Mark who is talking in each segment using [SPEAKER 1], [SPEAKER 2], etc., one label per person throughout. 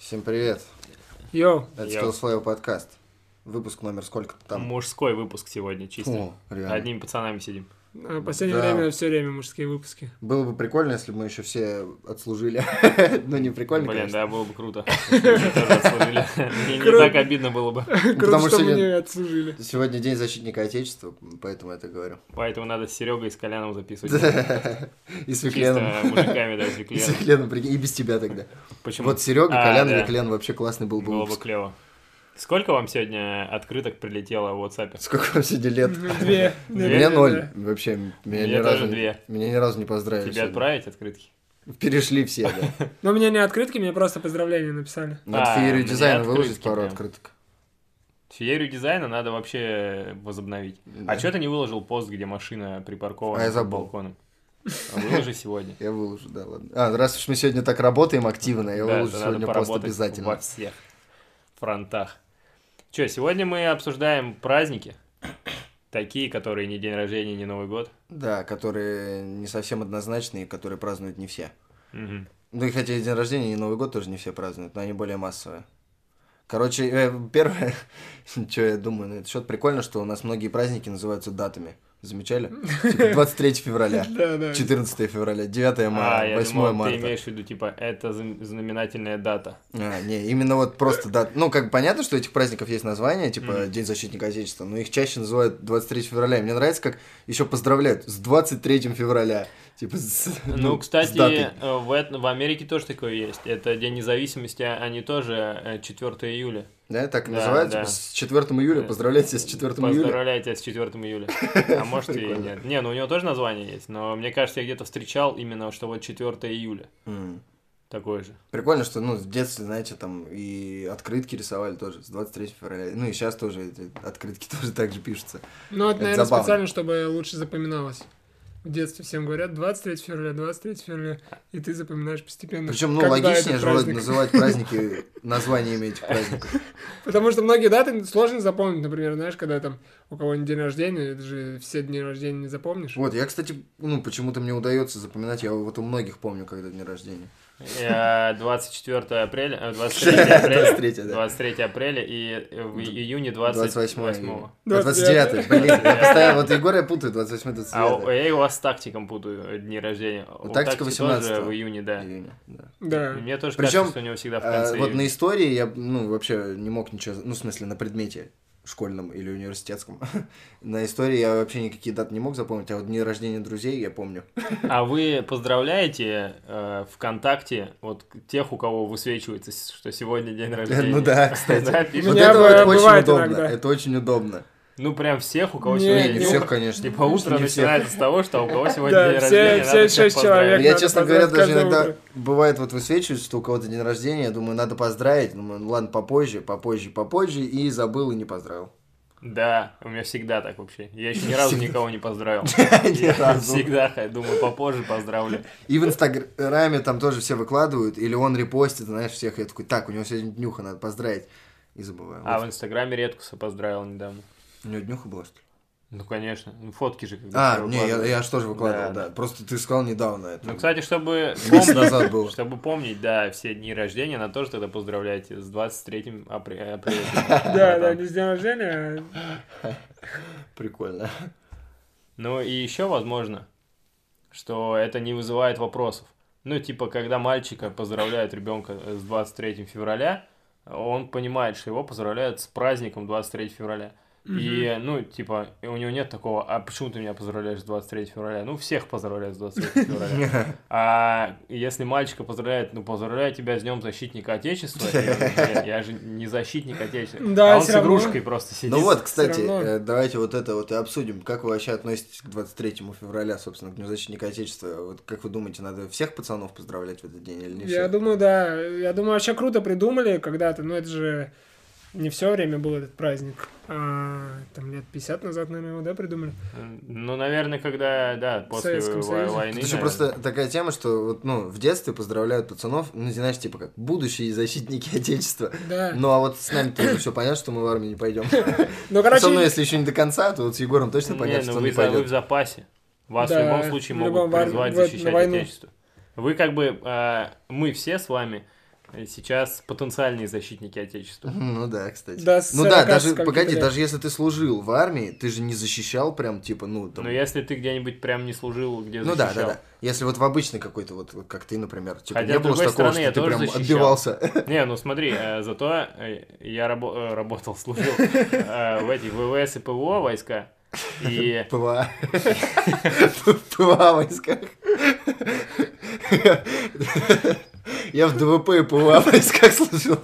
[SPEAKER 1] Всем привет.
[SPEAKER 2] Йоу.
[SPEAKER 1] Это
[SPEAKER 3] Я-
[SPEAKER 1] «Что усвоил подкаст. Выпуск номер сколько то там?
[SPEAKER 3] Мужской выпуск сегодня, чисто.
[SPEAKER 1] О, реально.
[SPEAKER 3] Одними пацанами сидим.
[SPEAKER 2] А, В последнее
[SPEAKER 1] Да.
[SPEAKER 2] время все время мужские выпуски.
[SPEAKER 1] Было бы прикольно, если бы мы еще все отслужили. Ну, не прикольно,
[SPEAKER 3] Блин,
[SPEAKER 1] конечно.
[SPEAKER 3] да, было бы круто. Мне тоже отслужили. Мне не
[SPEAKER 2] Круто.
[SPEAKER 3] так обидно было бы.
[SPEAKER 2] Круто,
[SPEAKER 1] Потому
[SPEAKER 2] что
[SPEAKER 1] что
[SPEAKER 2] мы
[SPEAKER 1] сегодня-
[SPEAKER 2] не отслужили.
[SPEAKER 1] Сегодня День защитника Отечества, поэтому я это говорю.
[SPEAKER 3] Поэтому надо с Серегой и с Коляном записывать.
[SPEAKER 1] И с
[SPEAKER 3] Чисто
[SPEAKER 1] Викленом.
[SPEAKER 3] мужиками, да, с
[SPEAKER 1] И с
[SPEAKER 3] Викленом.
[SPEAKER 1] Викленом, прикинь, и без тебя тогда.
[SPEAKER 3] Почему?
[SPEAKER 1] Вот Серега,
[SPEAKER 3] А,
[SPEAKER 1] Колян и
[SPEAKER 3] да.
[SPEAKER 1] Виклен вообще классный был бы
[SPEAKER 3] Было бы
[SPEAKER 1] выпуск.
[SPEAKER 3] клево. Сколько вам сегодня открыток прилетело в WhatsApp?
[SPEAKER 1] Сколько вам сегодня лет?
[SPEAKER 2] Две.
[SPEAKER 1] У
[SPEAKER 3] Две.
[SPEAKER 1] меня
[SPEAKER 2] Наверное,
[SPEAKER 1] ноль.
[SPEAKER 2] да.
[SPEAKER 1] Вообще, меня ни
[SPEAKER 3] Мне
[SPEAKER 1] разу...
[SPEAKER 3] тоже две.
[SPEAKER 1] Меня ни разу не поздравили.
[SPEAKER 3] Тебе
[SPEAKER 1] сегодня.
[SPEAKER 3] отправить открытки?
[SPEAKER 1] Перешли все, да.
[SPEAKER 2] Но мне не открытки, мне просто поздравления написали.
[SPEAKER 1] Надо
[SPEAKER 3] А,
[SPEAKER 1] феерию
[SPEAKER 3] мне
[SPEAKER 1] дизайна
[SPEAKER 3] открытки
[SPEAKER 1] выложить пару
[SPEAKER 3] прям.
[SPEAKER 1] открыток.
[SPEAKER 3] Феерию дизайна надо вообще возобновить.
[SPEAKER 1] Да.
[SPEAKER 3] А что ты не выложил пост, где машина припаркована
[SPEAKER 1] А я
[SPEAKER 3] под
[SPEAKER 1] забыл.
[SPEAKER 3] балконом? А Выложи сегодня.
[SPEAKER 1] Я выложу, да, ладно. А, раз уж мы сегодня так работаем активно, я
[SPEAKER 3] Да,
[SPEAKER 1] выложу
[SPEAKER 3] это надо
[SPEAKER 1] сегодня пост
[SPEAKER 3] поработать
[SPEAKER 1] обязательно.
[SPEAKER 3] Во всех фронтах. Че, сегодня мы обсуждаем праздники. Такие, которые не день рождения, не Новый год.
[SPEAKER 1] Да, которые не совсем однозначные, которые празднуют не все.
[SPEAKER 3] Мгм.
[SPEAKER 1] Ну и хотя и день рождения, и Новый год тоже не все празднуют, но они более массовые. Короче, э, первое, что я думаю на этот счет, прикольно, что у нас многие праздники называются датами. Замечали? Типа 23 февраля,
[SPEAKER 2] Да, да.
[SPEAKER 1] 14 февраля, 9
[SPEAKER 3] а,
[SPEAKER 1] мая,
[SPEAKER 3] я
[SPEAKER 1] 8
[SPEAKER 3] думал, ты
[SPEAKER 1] марта.
[SPEAKER 3] имеешь в виду, типа, это зн- знаменательная дата.
[SPEAKER 1] А, не, именно вот просто дат. Ну, как бы понятно, что этих праздников есть название, типа
[SPEAKER 3] Мгм.
[SPEAKER 1] День защитника Отечества, но их чаще называют 23 февраля. И Мне нравится, как еще поздравляют с 23 февраля. Типа, с-
[SPEAKER 3] Ну,
[SPEAKER 1] с
[SPEAKER 3] кстати,
[SPEAKER 1] датой.
[SPEAKER 3] э, в, эт- в Америке тоже такое есть. Это День независимости, а они тоже э, 4 июля.
[SPEAKER 1] Да, так и
[SPEAKER 3] да,
[SPEAKER 1] называют,
[SPEAKER 3] да.
[SPEAKER 1] типа, с 4 июля,
[SPEAKER 3] Э,
[SPEAKER 1] поздравляйте с 4 июля.
[SPEAKER 3] Поздравляю тебя с 4 июля. А может и
[SPEAKER 1] Прикольно.
[SPEAKER 3] нет. Не, ну у него тоже название есть, но мне кажется, я где-то встречал именно, что вот 4 июля.
[SPEAKER 1] М.
[SPEAKER 3] Такое же.
[SPEAKER 1] Прикольно, что, ну, в детстве, знаете, там и открытки рисовали тоже с 23 февраля. Ну, и сейчас тоже эти открытки тоже так же пишутся.
[SPEAKER 2] Ну, это,
[SPEAKER 1] Это
[SPEAKER 2] наверное,
[SPEAKER 1] забавно.
[SPEAKER 2] специально, чтобы лучше запоминалось. В детстве всем говорят 23 февраля, 23 февраля, и ты запоминаешь постепенно.
[SPEAKER 1] Причем, ну,
[SPEAKER 2] когда
[SPEAKER 1] логичнее
[SPEAKER 2] этот
[SPEAKER 1] же вроде
[SPEAKER 2] праздник.
[SPEAKER 1] называть праздники названиями этих праздников.
[SPEAKER 2] Потому что многие даты сложно запомнить, например, знаешь, когда там у кого-нибудь день рождения, это же все дни рождения не запомнишь.
[SPEAKER 1] Вот, я, кстати, ну, почему-то мне удается запоминать, я вот у многих помню, когда дни рождения.
[SPEAKER 3] Я 24 Э, апреля, э, 23 апреля,
[SPEAKER 1] 23, да.
[SPEAKER 3] 23 апреля и в и- июне
[SPEAKER 1] 28
[SPEAKER 3] 28.
[SPEAKER 1] июня. А, 29 блин, я постоянно, вот Егора я путаю, 28
[SPEAKER 3] А у-
[SPEAKER 1] 29
[SPEAKER 3] я его с тактиком путаю э, дни рождения. У
[SPEAKER 1] тактика
[SPEAKER 3] Такти
[SPEAKER 1] 18-го.
[SPEAKER 3] тоже в июне, да.
[SPEAKER 1] июня, да.
[SPEAKER 3] И
[SPEAKER 2] Да.
[SPEAKER 3] Мне тоже
[SPEAKER 1] Причём,
[SPEAKER 3] кажется, что у него всегда в
[SPEAKER 1] А,
[SPEAKER 3] э, конце
[SPEAKER 1] Вот
[SPEAKER 3] июня.
[SPEAKER 1] на истории я, ну, вообще не мог ничего, ну, в смысле, на предмете школьном или университетском. На истории я вообще никакие даты не мог запомнить, а вот дни рождения друзей я помню.
[SPEAKER 3] А вы поздравляете э, ВКонтакте вот к- тех, у кого высвечивается, с- что сегодня день рождения?
[SPEAKER 1] Ну да, кстати.
[SPEAKER 3] Да,
[SPEAKER 1] Вот
[SPEAKER 3] пишут?
[SPEAKER 2] У меня
[SPEAKER 1] это
[SPEAKER 2] бывает
[SPEAKER 1] вот очень удобно,
[SPEAKER 2] иногда.
[SPEAKER 1] это очень удобно.
[SPEAKER 3] Ну прям всех, у кого
[SPEAKER 2] Не,
[SPEAKER 3] сегодня
[SPEAKER 1] Не, не
[SPEAKER 3] день-
[SPEAKER 1] всех, конечно.
[SPEAKER 3] Типа утро
[SPEAKER 1] не всех.
[SPEAKER 3] начинается с того, что у кого сегодня
[SPEAKER 2] Да,
[SPEAKER 3] день
[SPEAKER 2] все-
[SPEAKER 3] рождения,
[SPEAKER 2] все
[SPEAKER 3] надо всех
[SPEAKER 2] шесть человек.
[SPEAKER 3] поздравить.
[SPEAKER 1] А Я,
[SPEAKER 2] надо
[SPEAKER 1] честно говоря,
[SPEAKER 2] поздравить
[SPEAKER 1] даже
[SPEAKER 2] каждое
[SPEAKER 1] иногда
[SPEAKER 2] утро.
[SPEAKER 1] бывает вот высвечивается, что у кого-то день рождения, я думаю, надо поздравить. Думаю, ну ладно, попозже, попозже, попозже, и забыл и не поздравил.
[SPEAKER 3] Да, у меня всегда так вообще. Я еще ни разу никого не поздравил.
[SPEAKER 1] Ни
[SPEAKER 3] Я
[SPEAKER 1] разу.
[SPEAKER 3] всегда ха- думаю, попозже поздравлю.
[SPEAKER 1] И в Инстаграме там тоже все выкладывают, или он репостит, знаешь, всех. Я такой, так, у него сегодня днюха, надо поздравить. И забываю.
[SPEAKER 3] А в
[SPEAKER 1] Вот.
[SPEAKER 3] Инстаграме Редкуса поздравил недавно.
[SPEAKER 1] У него днюха была, что ли?
[SPEAKER 3] Ну, конечно. Ну, Фотки же когда
[SPEAKER 1] А,
[SPEAKER 3] все
[SPEAKER 1] не, я,
[SPEAKER 3] выкладывают.
[SPEAKER 1] я ж тоже выкладывал,
[SPEAKER 3] Да,
[SPEAKER 1] да. Просто ты сказал недавно это.
[SPEAKER 3] Ну, кстати, чтобы
[SPEAKER 1] Месяц
[SPEAKER 3] помнить-
[SPEAKER 1] назад было.
[SPEAKER 3] чтобы помнить, да, все дни рождения, она тоже тогда поздравляйте с 23 апреля.
[SPEAKER 2] Да, да, не с днем рождения, а
[SPEAKER 1] Прикольно.
[SPEAKER 3] Ну и еще возможно, что это не вызывает вопросов. Ну, типа, когда мальчика поздравляют ребенка с 23 февраля, он понимает, что его поздравляют с праздником 23 февраля. И, ну, типа, и у него нет такого, а почему ты меня поздравляешь с 23 февраля? Ну, всех поздравляют с 23 февраля. А если мальчика поздравляют, ну, поздравляю тебя с Днем Защитника Отечества, и он, блин, я же не защитник Отечества,
[SPEAKER 2] Да,
[SPEAKER 3] а он с
[SPEAKER 2] всё равно.
[SPEAKER 3] игрушкой просто сидит.
[SPEAKER 1] Ну вот, кстати,
[SPEAKER 2] равно.
[SPEAKER 1] э, давайте вот это вот и обсудим. Как вы вообще относитесь к 23 февраля, собственно, к Дню Защитника Отечества? Вот как вы думаете, надо всех пацанов поздравлять в этот день или не
[SPEAKER 2] Я
[SPEAKER 1] всех?
[SPEAKER 2] думаю, да. Я думаю, вообще круто придумали когда-то, но это же не все время был этот праздник. А, там лет 50 назад, наверное, его, да, придумали?
[SPEAKER 3] Ну, наверное, когда, да, после
[SPEAKER 2] Советском
[SPEAKER 3] вой-
[SPEAKER 2] Союзе.
[SPEAKER 3] войны.
[SPEAKER 1] Тут еще
[SPEAKER 3] наверное.
[SPEAKER 1] просто такая тема, что вот, ну, в детстве поздравляют пацанов, ну, знаешь, типа как будущие защитники Отечества.
[SPEAKER 2] Да.
[SPEAKER 1] Ну, а вот с нами тоже все понятно, что мы в армию не пойдем.
[SPEAKER 2] Ну,
[SPEAKER 1] Со мной,
[SPEAKER 2] короче,
[SPEAKER 1] если еще не до конца, то вот с Егором точно
[SPEAKER 3] Не,
[SPEAKER 1] понятно,
[SPEAKER 3] ну
[SPEAKER 1] что он
[SPEAKER 3] вы,
[SPEAKER 1] не
[SPEAKER 3] за- вы в
[SPEAKER 1] пойдет.
[SPEAKER 3] запасе. Вас
[SPEAKER 2] Да,
[SPEAKER 3] в любом случае
[SPEAKER 2] в
[SPEAKER 3] могут
[SPEAKER 2] любом вар-
[SPEAKER 3] призвать
[SPEAKER 2] в- на
[SPEAKER 3] защищать
[SPEAKER 2] войну.
[SPEAKER 3] Отечество. Вы как бы, э, мы а, все с вами И сейчас потенциальные защитники Отечества.
[SPEAKER 1] Ну да, кстати.
[SPEAKER 2] До
[SPEAKER 1] ну
[SPEAKER 2] 40
[SPEAKER 1] да,
[SPEAKER 2] с
[SPEAKER 1] даже,
[SPEAKER 2] каких-то
[SPEAKER 1] погоди,
[SPEAKER 2] лет.
[SPEAKER 1] даже если ты служил в армии, ты же не защищал прям, типа, ну, там...
[SPEAKER 3] Но если ты где-нибудь прям не служил, где
[SPEAKER 1] ну да,
[SPEAKER 3] защищал.
[SPEAKER 1] да, да. Если вот в обычной какой-то, вот как ты, например, типа,
[SPEAKER 3] Хотя,
[SPEAKER 1] не
[SPEAKER 3] с
[SPEAKER 1] было
[SPEAKER 3] другой
[SPEAKER 1] такого,
[SPEAKER 3] стороны,
[SPEAKER 1] что
[SPEAKER 3] я
[SPEAKER 1] ты
[SPEAKER 3] тоже
[SPEAKER 1] прям
[SPEAKER 3] защищал.
[SPEAKER 1] отбивался.
[SPEAKER 3] Не, ну смотри, э, зато э, я рабо- э, работал, служил э, в этих ВВС и ПВО войска. И
[SPEAKER 1] ПВА. ПВА в войсках. Я в ДВП и ПВА в войсках служил.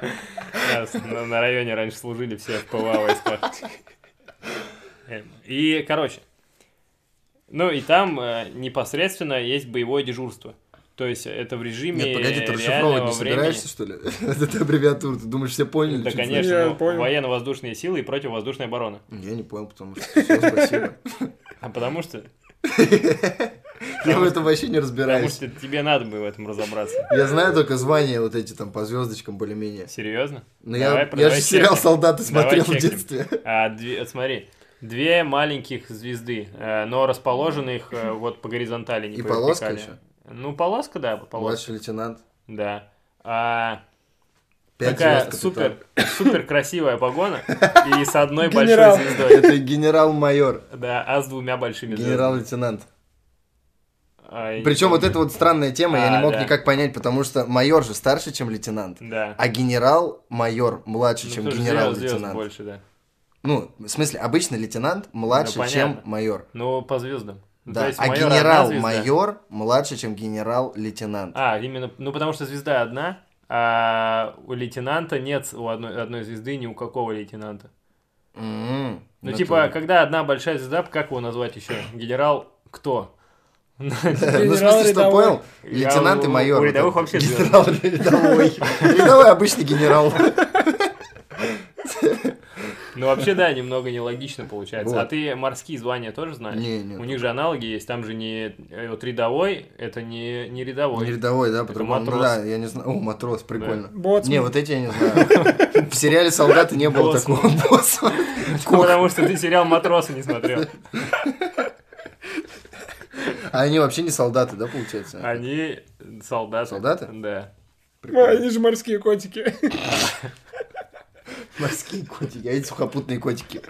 [SPEAKER 3] э, с- на на районе раньше служили все в ПВО войсках. Эм, И, короче, ну и там э, непосредственно есть боевое дежурство. То есть это в режиме
[SPEAKER 1] Нет, погоди, ты расшифровывать
[SPEAKER 3] реального
[SPEAKER 1] не
[SPEAKER 3] времени.
[SPEAKER 1] собираешься, что ли? Это аббревиатура, ты думаешь, все поняли?
[SPEAKER 3] Да,
[SPEAKER 1] что это
[SPEAKER 2] Я
[SPEAKER 3] конечно, ну,
[SPEAKER 2] понял.
[SPEAKER 3] военно-воздушные силы и противовоздушная оборона.
[SPEAKER 1] значит? Я не понял, потому что все, спасибо.
[SPEAKER 3] А потому что,
[SPEAKER 1] Я в этом вообще не
[SPEAKER 3] потому
[SPEAKER 1] разбираюсь.
[SPEAKER 3] что тебе надо бы в этом разобраться.
[SPEAKER 1] Я знаю только звания вот эти там по звездочкам более-менее.
[SPEAKER 3] Серьезно?
[SPEAKER 1] Но
[SPEAKER 3] Давай,
[SPEAKER 1] я, я
[SPEAKER 3] давай
[SPEAKER 1] же сериал
[SPEAKER 3] чекнем.
[SPEAKER 1] «Солдаты» смотрел
[SPEAKER 3] Давай
[SPEAKER 1] в
[SPEAKER 3] чекнем.
[SPEAKER 1] детстве.
[SPEAKER 3] А, две- вот смотри, две маленьких звезды, э, но расположенных э, вот по горизонтали, не
[SPEAKER 1] И
[SPEAKER 3] по
[SPEAKER 1] полоска
[SPEAKER 3] вертикали.
[SPEAKER 1] еще?
[SPEAKER 3] Ну, полоска, да, полоска,
[SPEAKER 1] Младший лейтенант.
[SPEAKER 3] да. А,
[SPEAKER 1] Пять
[SPEAKER 3] такая
[SPEAKER 1] звезд, капитан.
[SPEAKER 3] супер, супер красивая погона и с одной большой
[SPEAKER 2] Генерал.
[SPEAKER 3] звездой.
[SPEAKER 1] Это генерал-майор,
[SPEAKER 3] Да, а с двумя большими звездами.
[SPEAKER 1] генерал-лейтенант.
[SPEAKER 3] А, я
[SPEAKER 1] Причем
[SPEAKER 3] не
[SPEAKER 1] вот
[SPEAKER 3] помню.
[SPEAKER 1] эта вот странная тема, я
[SPEAKER 3] А,
[SPEAKER 1] не мог
[SPEAKER 3] да.
[SPEAKER 1] никак понять, потому что майор же старше, чем лейтенант.
[SPEAKER 3] Да.
[SPEAKER 1] А генерал-майор младше,
[SPEAKER 3] Ну,
[SPEAKER 1] чем
[SPEAKER 3] потому что звезд
[SPEAKER 1] генерал-лейтенант.
[SPEAKER 3] больше, да.
[SPEAKER 1] Ну, в смысле, обычно лейтенант младше,
[SPEAKER 3] Ну,
[SPEAKER 1] чем
[SPEAKER 3] понятно.
[SPEAKER 1] майор.
[SPEAKER 3] Ну, по звездам. Ну, то
[SPEAKER 1] Да.
[SPEAKER 3] есть
[SPEAKER 1] А
[SPEAKER 3] майор одна звезда.
[SPEAKER 1] генерал-майор младше, чем генерал-лейтенант.
[SPEAKER 3] А, именно, ну потому что звезда одна, а у лейтенанта нет у одной, одной звезды ни у какого лейтенанта.
[SPEAKER 1] М,
[SPEAKER 3] Ну,
[SPEAKER 1] натура.
[SPEAKER 3] типа, когда одна большая звезда, как его назвать еще? Генерал кто?
[SPEAKER 1] Да, Ну, в смысле,
[SPEAKER 2] Генерал
[SPEAKER 1] что
[SPEAKER 2] рядовой.
[SPEAKER 1] понял?
[SPEAKER 3] Я
[SPEAKER 1] Лейтенант и
[SPEAKER 3] у- у
[SPEAKER 1] майор. вот
[SPEAKER 3] рядовых
[SPEAKER 1] это.
[SPEAKER 3] вообще
[SPEAKER 1] Генерал рядовой. Рядовой обычный генерал.
[SPEAKER 3] Ну, вообще, да, немного нелогично получается.
[SPEAKER 1] Вот.
[SPEAKER 3] А ты морские звания тоже знаешь?
[SPEAKER 1] Не,
[SPEAKER 3] У
[SPEAKER 1] не.
[SPEAKER 3] них же аналоги есть, там же не... э, Вот рядовой, это не, не рядовой.
[SPEAKER 1] Не рядовой, да, по-другому. Ну
[SPEAKER 3] матрос.
[SPEAKER 1] да, я не знаю. О, матрос, прикольно.
[SPEAKER 2] Боцман.
[SPEAKER 1] Не, вот эти я не знаю. В сериале «Солдаты» не было
[SPEAKER 3] Боцман.
[SPEAKER 1] такого босса.
[SPEAKER 3] Ну, Потому что ты сериал «Матросы» не смотрел.
[SPEAKER 1] А они вообще не солдаты, да, получается?
[SPEAKER 3] Они солдаты.
[SPEAKER 1] Солдаты?
[SPEAKER 2] Ой,
[SPEAKER 3] Да.
[SPEAKER 1] Прикольно.
[SPEAKER 2] Они же морские котики.
[SPEAKER 1] Морские котики, а эти сухопутные котики.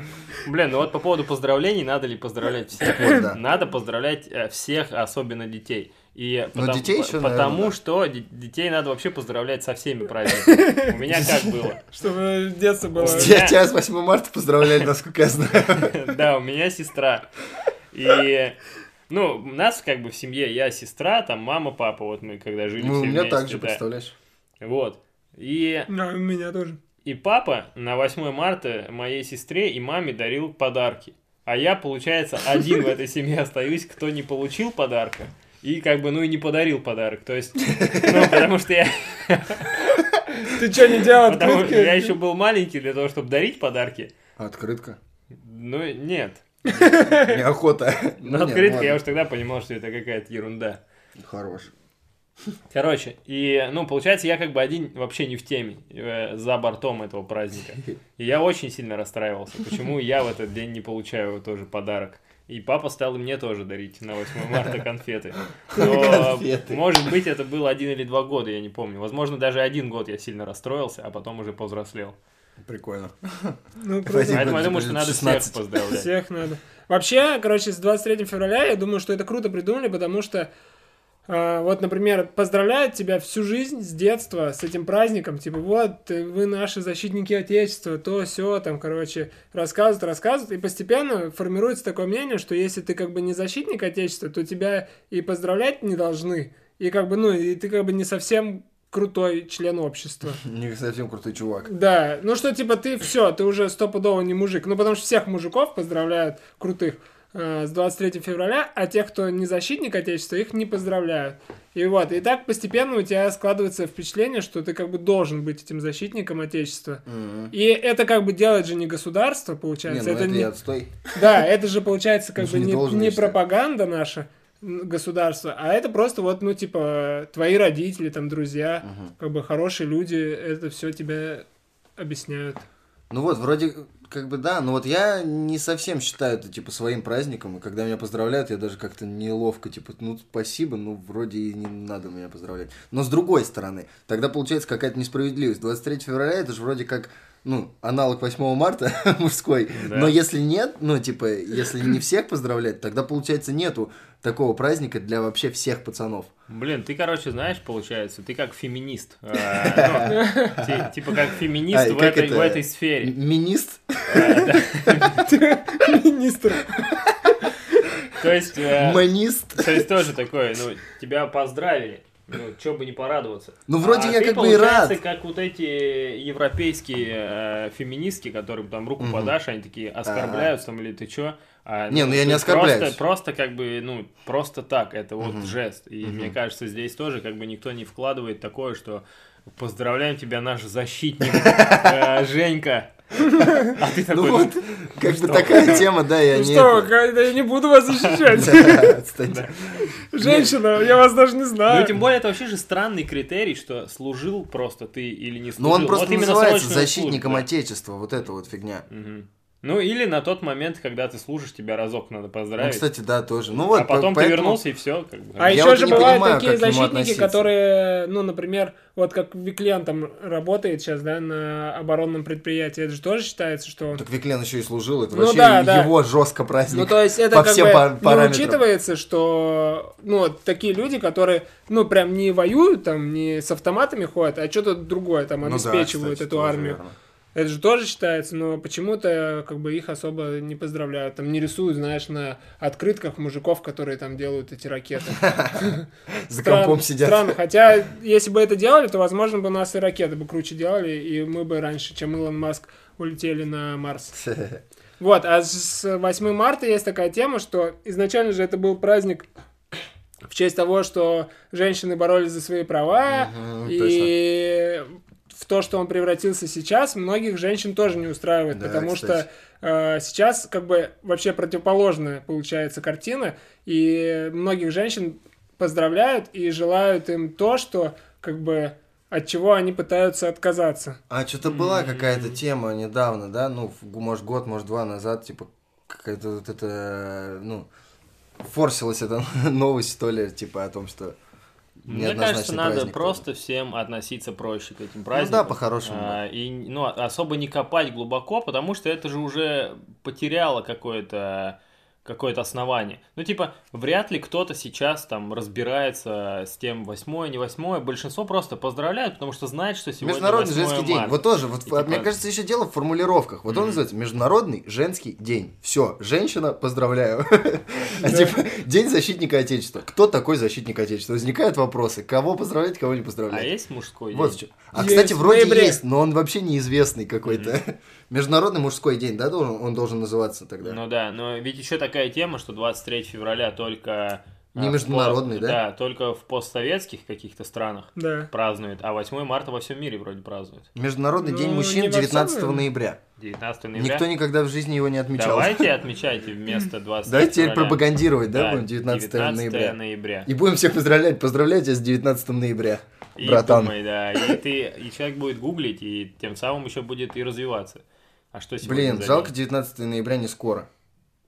[SPEAKER 3] Блин, ну вот по поводу поздравлений, надо ли поздравлять всех?
[SPEAKER 1] Вот, да.
[SPEAKER 3] Надо поздравлять э, всех, особенно детей. И
[SPEAKER 1] Ну,
[SPEAKER 3] потом-
[SPEAKER 1] детей ещё, наверное,
[SPEAKER 3] потому
[SPEAKER 1] да.
[SPEAKER 3] что де- детей надо вообще поздравлять со всеми праздниками. У меня как было?
[SPEAKER 2] Чтобы в детстве было...
[SPEAKER 3] С
[SPEAKER 1] Тебя тебя с 8 марта поздравляли, насколько я знаю.
[SPEAKER 3] Да, у меня сестра. И, ну, у нас как бы в семье я сестра, там мама, папа, вот мы когда жили
[SPEAKER 1] Ну, у
[SPEAKER 3] все
[SPEAKER 1] меня
[SPEAKER 3] вместе,
[SPEAKER 1] так же,
[SPEAKER 3] да.
[SPEAKER 1] представляешь?
[SPEAKER 3] Вот. И,
[SPEAKER 2] Да, А, у меня тоже.
[SPEAKER 3] и папа на 8 марта моей сестре и маме дарил подарки. А я, получается, один в этой семье остаюсь, кто не получил подарка. И как бы, ну и не подарил подарок. То есть, ну, потому что я
[SPEAKER 2] Ты что, не делал
[SPEAKER 3] Потому
[SPEAKER 2] открытки?
[SPEAKER 3] что я еще был маленький для того, чтобы дарить подарки.
[SPEAKER 1] Открытка.
[SPEAKER 3] Ну, нет.
[SPEAKER 1] Неохота. Ну,
[SPEAKER 3] Но
[SPEAKER 1] нет,
[SPEAKER 3] открытка
[SPEAKER 1] ладно.
[SPEAKER 3] я уже тогда понимал, что это какая-то ерунда.
[SPEAKER 1] Хорош.
[SPEAKER 3] Короче, и, ну, получается, я как бы один вообще не в теме э, за бортом этого праздника. И я очень сильно расстраивался, почему я в этот день не получаю тоже подарок. И папа стал и мне тоже дарить на 8 марта конфеты. Но,
[SPEAKER 1] Конфеты.
[SPEAKER 3] может быть, это было один или два года, я не помню. Возможно, даже один год я сильно расстроился, а потом уже повзрослел.
[SPEAKER 1] Прикольно. Возьми.
[SPEAKER 2] Ну, круто.
[SPEAKER 3] Поэтому я думаю, что надо всех
[SPEAKER 1] 16.
[SPEAKER 3] поздравлять.
[SPEAKER 2] Всех надо. Вообще, короче, с 23 февраля я думаю, что это круто придумали, потому что а, вот, например, поздравляют тебя всю жизнь с детства с этим праздником, типа вот э, вы наши защитники отечества, то все там, короче, рассказывают, рассказывают, и постепенно формируется такое мнение, что если ты как бы не защитник отечества, то тебя и поздравлять не должны, и как бы ну и ты как бы не совсем крутой член общества.
[SPEAKER 1] Не совсем крутой чувак.
[SPEAKER 2] Да, ну что, типа, ты все, ты уже стопудово не мужик. Ну, потому что всех мужиков поздравляют, крутых, э, с 23 февраля, а тех, кто не защитник Отечества, их не поздравляют. И вот, и так постепенно у тебя складывается впечатление, что ты как бы должен быть этим защитником Отечества.
[SPEAKER 1] Мгм.
[SPEAKER 2] И это как бы делает же не государство,
[SPEAKER 1] Не,
[SPEAKER 2] получается.
[SPEAKER 1] ну
[SPEAKER 2] это
[SPEAKER 1] это
[SPEAKER 2] не...
[SPEAKER 1] я отстой.
[SPEAKER 2] Да, это же получается как
[SPEAKER 1] Ну,
[SPEAKER 2] бы
[SPEAKER 1] не
[SPEAKER 2] не,
[SPEAKER 1] должен,
[SPEAKER 2] не
[SPEAKER 1] я считаю.
[SPEAKER 2] пропаганда наша н- государства, а это просто вот, ну, типа, твои родители, там, друзья,
[SPEAKER 1] Мгм.
[SPEAKER 2] как бы хорошие люди, это все тебе объясняют.
[SPEAKER 1] Ну вот, вроде как бы да, но вот я не совсем считаю это типа своим праздником, и когда меня поздравляют, я даже как-то неловко, типа, ну спасибо, ну вроде и не надо меня поздравлять. Но с другой стороны, тогда получается какая-то несправедливость. 23 февраля это же вроде как ну, аналог 8 марта мужской.
[SPEAKER 3] Да.
[SPEAKER 1] Но если нет, ну, типа, если не всех поздравлять, тогда, получается, нету такого праздника для вообще всех пацанов.
[SPEAKER 3] Блин, ты, короче, знаешь, получается, ты как феминист. Э, ну, ти- Типа как феминист
[SPEAKER 1] А,
[SPEAKER 3] в
[SPEAKER 1] как
[SPEAKER 3] этой-
[SPEAKER 1] это?
[SPEAKER 3] в этой сфере.
[SPEAKER 1] М- Министр?
[SPEAKER 2] Министр.
[SPEAKER 3] То есть... э,
[SPEAKER 1] Манист?
[SPEAKER 3] То есть тоже такое, ну, тебя поздравили. Ну, чё бы не порадоваться. А
[SPEAKER 1] Ну, вроде я
[SPEAKER 3] ты,
[SPEAKER 1] как бы и рад.
[SPEAKER 3] получается, как вот эти европейские э, феминистки, которым там руку
[SPEAKER 1] Мгм.
[SPEAKER 3] подашь, они такие оскорбляются там или ты чё. А,
[SPEAKER 1] Не, ну я не
[SPEAKER 3] ты
[SPEAKER 1] оскорбляюсь.
[SPEAKER 3] Просто, просто как бы, ну, просто так, это вот
[SPEAKER 1] Мгм.
[SPEAKER 3] жест. И
[SPEAKER 1] Мгм.
[SPEAKER 3] мне кажется, здесь тоже как бы никто не вкладывает такое, что поздравляем тебя, наш защитник, э, Женька. А ты такой,
[SPEAKER 1] Ну
[SPEAKER 3] ну,
[SPEAKER 1] вот, как бы
[SPEAKER 3] что?
[SPEAKER 1] такая тема, да, я
[SPEAKER 2] Ну
[SPEAKER 1] не...
[SPEAKER 2] что,
[SPEAKER 1] это.
[SPEAKER 2] когда я не буду вас защищать.
[SPEAKER 1] Да, отстаньте.
[SPEAKER 2] Женщина, я вас даже не
[SPEAKER 3] Ну,
[SPEAKER 2] знаю.
[SPEAKER 3] тем более, это вообще же странный критерий, что служил просто ты или не служил.
[SPEAKER 1] Ну он просто
[SPEAKER 3] Вот именно
[SPEAKER 1] называется
[SPEAKER 3] срочную
[SPEAKER 1] защитником
[SPEAKER 3] службу,
[SPEAKER 1] отечества, вот эта вот фигня.
[SPEAKER 3] да. Мгм. Ну, или на тот момент, когда ты служишь, тебя разок надо
[SPEAKER 1] Ну,
[SPEAKER 3] поздравить.
[SPEAKER 1] кстати, да, тоже. Ну вот,
[SPEAKER 3] а потом
[SPEAKER 1] по-
[SPEAKER 3] ты
[SPEAKER 1] поэтому-
[SPEAKER 3] вернулся, и все. Как бы.
[SPEAKER 1] Я
[SPEAKER 2] А еще
[SPEAKER 1] вот
[SPEAKER 2] же
[SPEAKER 1] не
[SPEAKER 2] бывают
[SPEAKER 1] понимаю,
[SPEAKER 2] такие
[SPEAKER 1] как к нему
[SPEAKER 2] защитники,
[SPEAKER 1] относиться.
[SPEAKER 2] которые, ну, например, вот как Виклен там работает сейчас, да, на оборонном предприятии, это же тоже считается, что он...
[SPEAKER 1] Так Виклен еще и служил, это
[SPEAKER 2] Ну
[SPEAKER 1] вообще
[SPEAKER 2] да, да.
[SPEAKER 1] его жестко праздник.
[SPEAKER 2] Ну, то есть это
[SPEAKER 1] по
[SPEAKER 2] как
[SPEAKER 1] всем
[SPEAKER 2] бы
[SPEAKER 1] пар-
[SPEAKER 2] не
[SPEAKER 1] параметрам.
[SPEAKER 2] учитывается, что, ну, вот такие люди, которые, ну, прям не воюют там, не с автоматами ходят, а что-то другое там
[SPEAKER 1] Ну да,
[SPEAKER 2] обеспечивают
[SPEAKER 1] кстати,
[SPEAKER 2] эту
[SPEAKER 1] тоже
[SPEAKER 2] армию.
[SPEAKER 1] верно.
[SPEAKER 2] Это же тоже считается, но почему-то как бы их особо не поздравляют. Там не рисуют, знаешь, на открытках мужиков, которые там делают эти ракеты.
[SPEAKER 1] За
[SPEAKER 2] Стран-
[SPEAKER 1] компом сидят.
[SPEAKER 2] Странно, хотя если бы это делали, то, возможно, бы нас и ракеты бы круче делали, и мы бы раньше, чем Илон Маск, улетели на Марс. Вот, а с 8 марта есть такая тема, что изначально же это был праздник в честь того, что женщины боролись за свои права,
[SPEAKER 1] Мгм,
[SPEAKER 2] А, и в то, что он превратился сейчас, многих женщин тоже не устраивает,
[SPEAKER 1] Да,
[SPEAKER 2] потому
[SPEAKER 1] кстати.
[SPEAKER 2] что э, сейчас как бы вообще противоположная получается картина, и многих женщин поздравляют и желают им то, что как бы от чего они пытаются отказаться.
[SPEAKER 1] А что-то была какая-то тема недавно, да? Ну, в- может, год, может, два назад, типа, какая-то вот это, ну, форсилась эта новость, что ли, типа, о том, что
[SPEAKER 3] Мне
[SPEAKER 1] неоднозначный
[SPEAKER 3] кажется, надо
[SPEAKER 1] праздник Ну
[SPEAKER 3] просто всем относиться проще к этим праздникам.
[SPEAKER 1] да, по-хорошему,
[SPEAKER 3] А, и ну, особо не копать глубоко, потому что это же уже потеряло какое-то какое-то основание. Ну, типа, вряд ли кто-то сейчас там разбирается с тем восьмое, не восьмое. Большинство просто поздравляют, потому что знает, что сегодня
[SPEAKER 1] Международный
[SPEAKER 3] 8
[SPEAKER 1] женский день.
[SPEAKER 3] марта.
[SPEAKER 1] Вот тоже, вот,
[SPEAKER 3] И типа-
[SPEAKER 1] мне кажется, еще дело в формулировках. Вот он
[SPEAKER 3] Мгм.
[SPEAKER 1] называется Международный женский день. Все, женщина, поздравляю. А типа День защитника Отечества. Кто такой защитник Отечества? Возникают вопросы. Кого поздравлять, кого не
[SPEAKER 3] А
[SPEAKER 1] поздравлять.
[SPEAKER 3] есть мужской
[SPEAKER 1] Вот
[SPEAKER 3] день?
[SPEAKER 1] что. А,
[SPEAKER 2] Есть,
[SPEAKER 1] кстати,
[SPEAKER 2] в
[SPEAKER 1] вроде
[SPEAKER 2] ноябре.
[SPEAKER 1] есть, но он вообще неизвестный какой-то. Международный мужской день, да, должен, он должен называться тогда?
[SPEAKER 3] Ну да, но ведь еще такая тема, что 23 февраля только...
[SPEAKER 1] Не
[SPEAKER 3] а, в
[SPEAKER 1] международный,
[SPEAKER 3] по-
[SPEAKER 1] да?
[SPEAKER 3] Да, только в постсоветских каких-то странах
[SPEAKER 2] Да.
[SPEAKER 3] празднует, а 8 марта во всем мире вроде празднует.
[SPEAKER 1] Международный день
[SPEAKER 2] Ну, не
[SPEAKER 1] мужчин
[SPEAKER 2] во всем
[SPEAKER 1] 19
[SPEAKER 2] мире.
[SPEAKER 1] ноября.
[SPEAKER 3] 19 ноября.
[SPEAKER 1] Никто никогда в жизни его не отмечал.
[SPEAKER 3] Давайте отмечайте вместо 20
[SPEAKER 1] Давайте теперь
[SPEAKER 3] февраля.
[SPEAKER 1] пропагандировать, да,
[SPEAKER 3] Да,
[SPEAKER 1] будем 19 ноября.
[SPEAKER 3] ноября.
[SPEAKER 1] И будем всех поздравлять. Поздравляю тебя с 19 ноября,
[SPEAKER 3] И
[SPEAKER 1] братан.
[SPEAKER 3] думай, да, и, ты, и человек будет гуглить, и тем самым еще будет и развиваться. А что сегодня
[SPEAKER 1] Блин,
[SPEAKER 3] за
[SPEAKER 1] жалко
[SPEAKER 3] день?
[SPEAKER 1] 19 ноября не скоро.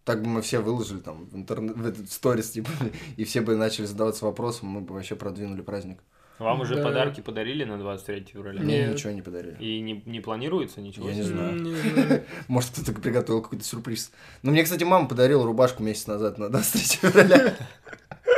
[SPEAKER 1] Так бы мы все выложили там в, интернет, в этот сторис, типа, и все бы начали задаваться вопросом, мы бы вообще продвинули праздник.
[SPEAKER 3] Вам уже
[SPEAKER 2] Да.
[SPEAKER 3] подарки подарили на 23 февраля?
[SPEAKER 1] Мне
[SPEAKER 2] Нет.
[SPEAKER 1] ничего не подарили.
[SPEAKER 3] И не, не планируется ничего?
[SPEAKER 1] Я не
[SPEAKER 3] себе?
[SPEAKER 1] знаю.
[SPEAKER 2] М, не знаю.
[SPEAKER 1] Может, кто-то приготовил какой-то сюрприз. Ну, мне, кстати, мама подарила рубашку месяц назад на 23 февраля.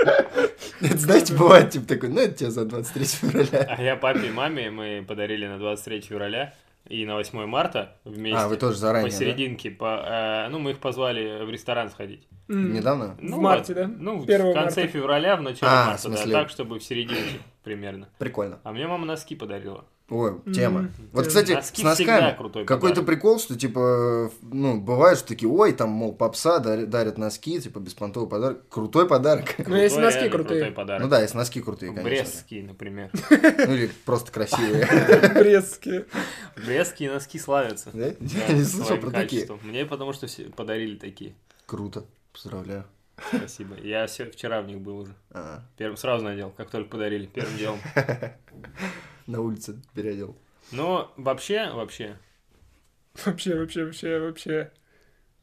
[SPEAKER 1] Это, знаете, бывает, типа, такой, ну, это тебе за 23 февраля.
[SPEAKER 3] А я папе и маме мы подарили на 23 февраля и на 8 марта вместе.
[SPEAKER 1] А, вы тоже заранее, да?
[SPEAKER 3] Посерединке. По, э, ну, мы их позвали в ресторан сходить.
[SPEAKER 2] М.
[SPEAKER 1] Недавно?
[SPEAKER 3] Ну,
[SPEAKER 2] В марте, да?
[SPEAKER 3] Ну, в
[SPEAKER 2] 1
[SPEAKER 3] конце
[SPEAKER 2] марта.
[SPEAKER 3] февраля, в
[SPEAKER 1] А,
[SPEAKER 3] начале
[SPEAKER 1] в
[SPEAKER 3] марта, да,
[SPEAKER 1] смысле?
[SPEAKER 3] так, чтобы в серединке примерно.
[SPEAKER 1] Прикольно.
[SPEAKER 3] А мне мама носки подарила.
[SPEAKER 1] Ой, тема.
[SPEAKER 2] Мгм.
[SPEAKER 1] Вот,
[SPEAKER 2] Тема.
[SPEAKER 1] кстати,
[SPEAKER 3] Носки
[SPEAKER 1] с
[SPEAKER 3] всегда
[SPEAKER 1] носками
[SPEAKER 3] крутой
[SPEAKER 1] какой-то
[SPEAKER 3] подарок.
[SPEAKER 1] прикол, что, типа, ну, бывают что такие, ой, там, мол, попса дарят, дарят носки, типа, беспонтовый подарок. Крутой подарок.
[SPEAKER 2] Ну, если
[SPEAKER 3] Крутой,
[SPEAKER 2] носки
[SPEAKER 3] реально
[SPEAKER 2] крутые.
[SPEAKER 3] Крутой подарок.
[SPEAKER 1] Ну да, если носки крутые, конечно.
[SPEAKER 3] Брестские, например.
[SPEAKER 1] Ну или просто красивые.
[SPEAKER 2] Брестские.
[SPEAKER 3] Брестские носки славятся.
[SPEAKER 1] Да?
[SPEAKER 3] Да,
[SPEAKER 1] Я не слышал
[SPEAKER 3] своим
[SPEAKER 1] про такие.
[SPEAKER 3] качеством. Мне потому что все подарили такие.
[SPEAKER 1] Круто. Поздравляю.
[SPEAKER 3] Спасибо. Я се- вчера в них был уже.
[SPEAKER 1] А,
[SPEAKER 3] Первым, сразу надел, как только подарили, первым делом.
[SPEAKER 1] На улице переодел.
[SPEAKER 3] Но вообще, вообще,
[SPEAKER 2] Вообще, вообще, вообще, вообще.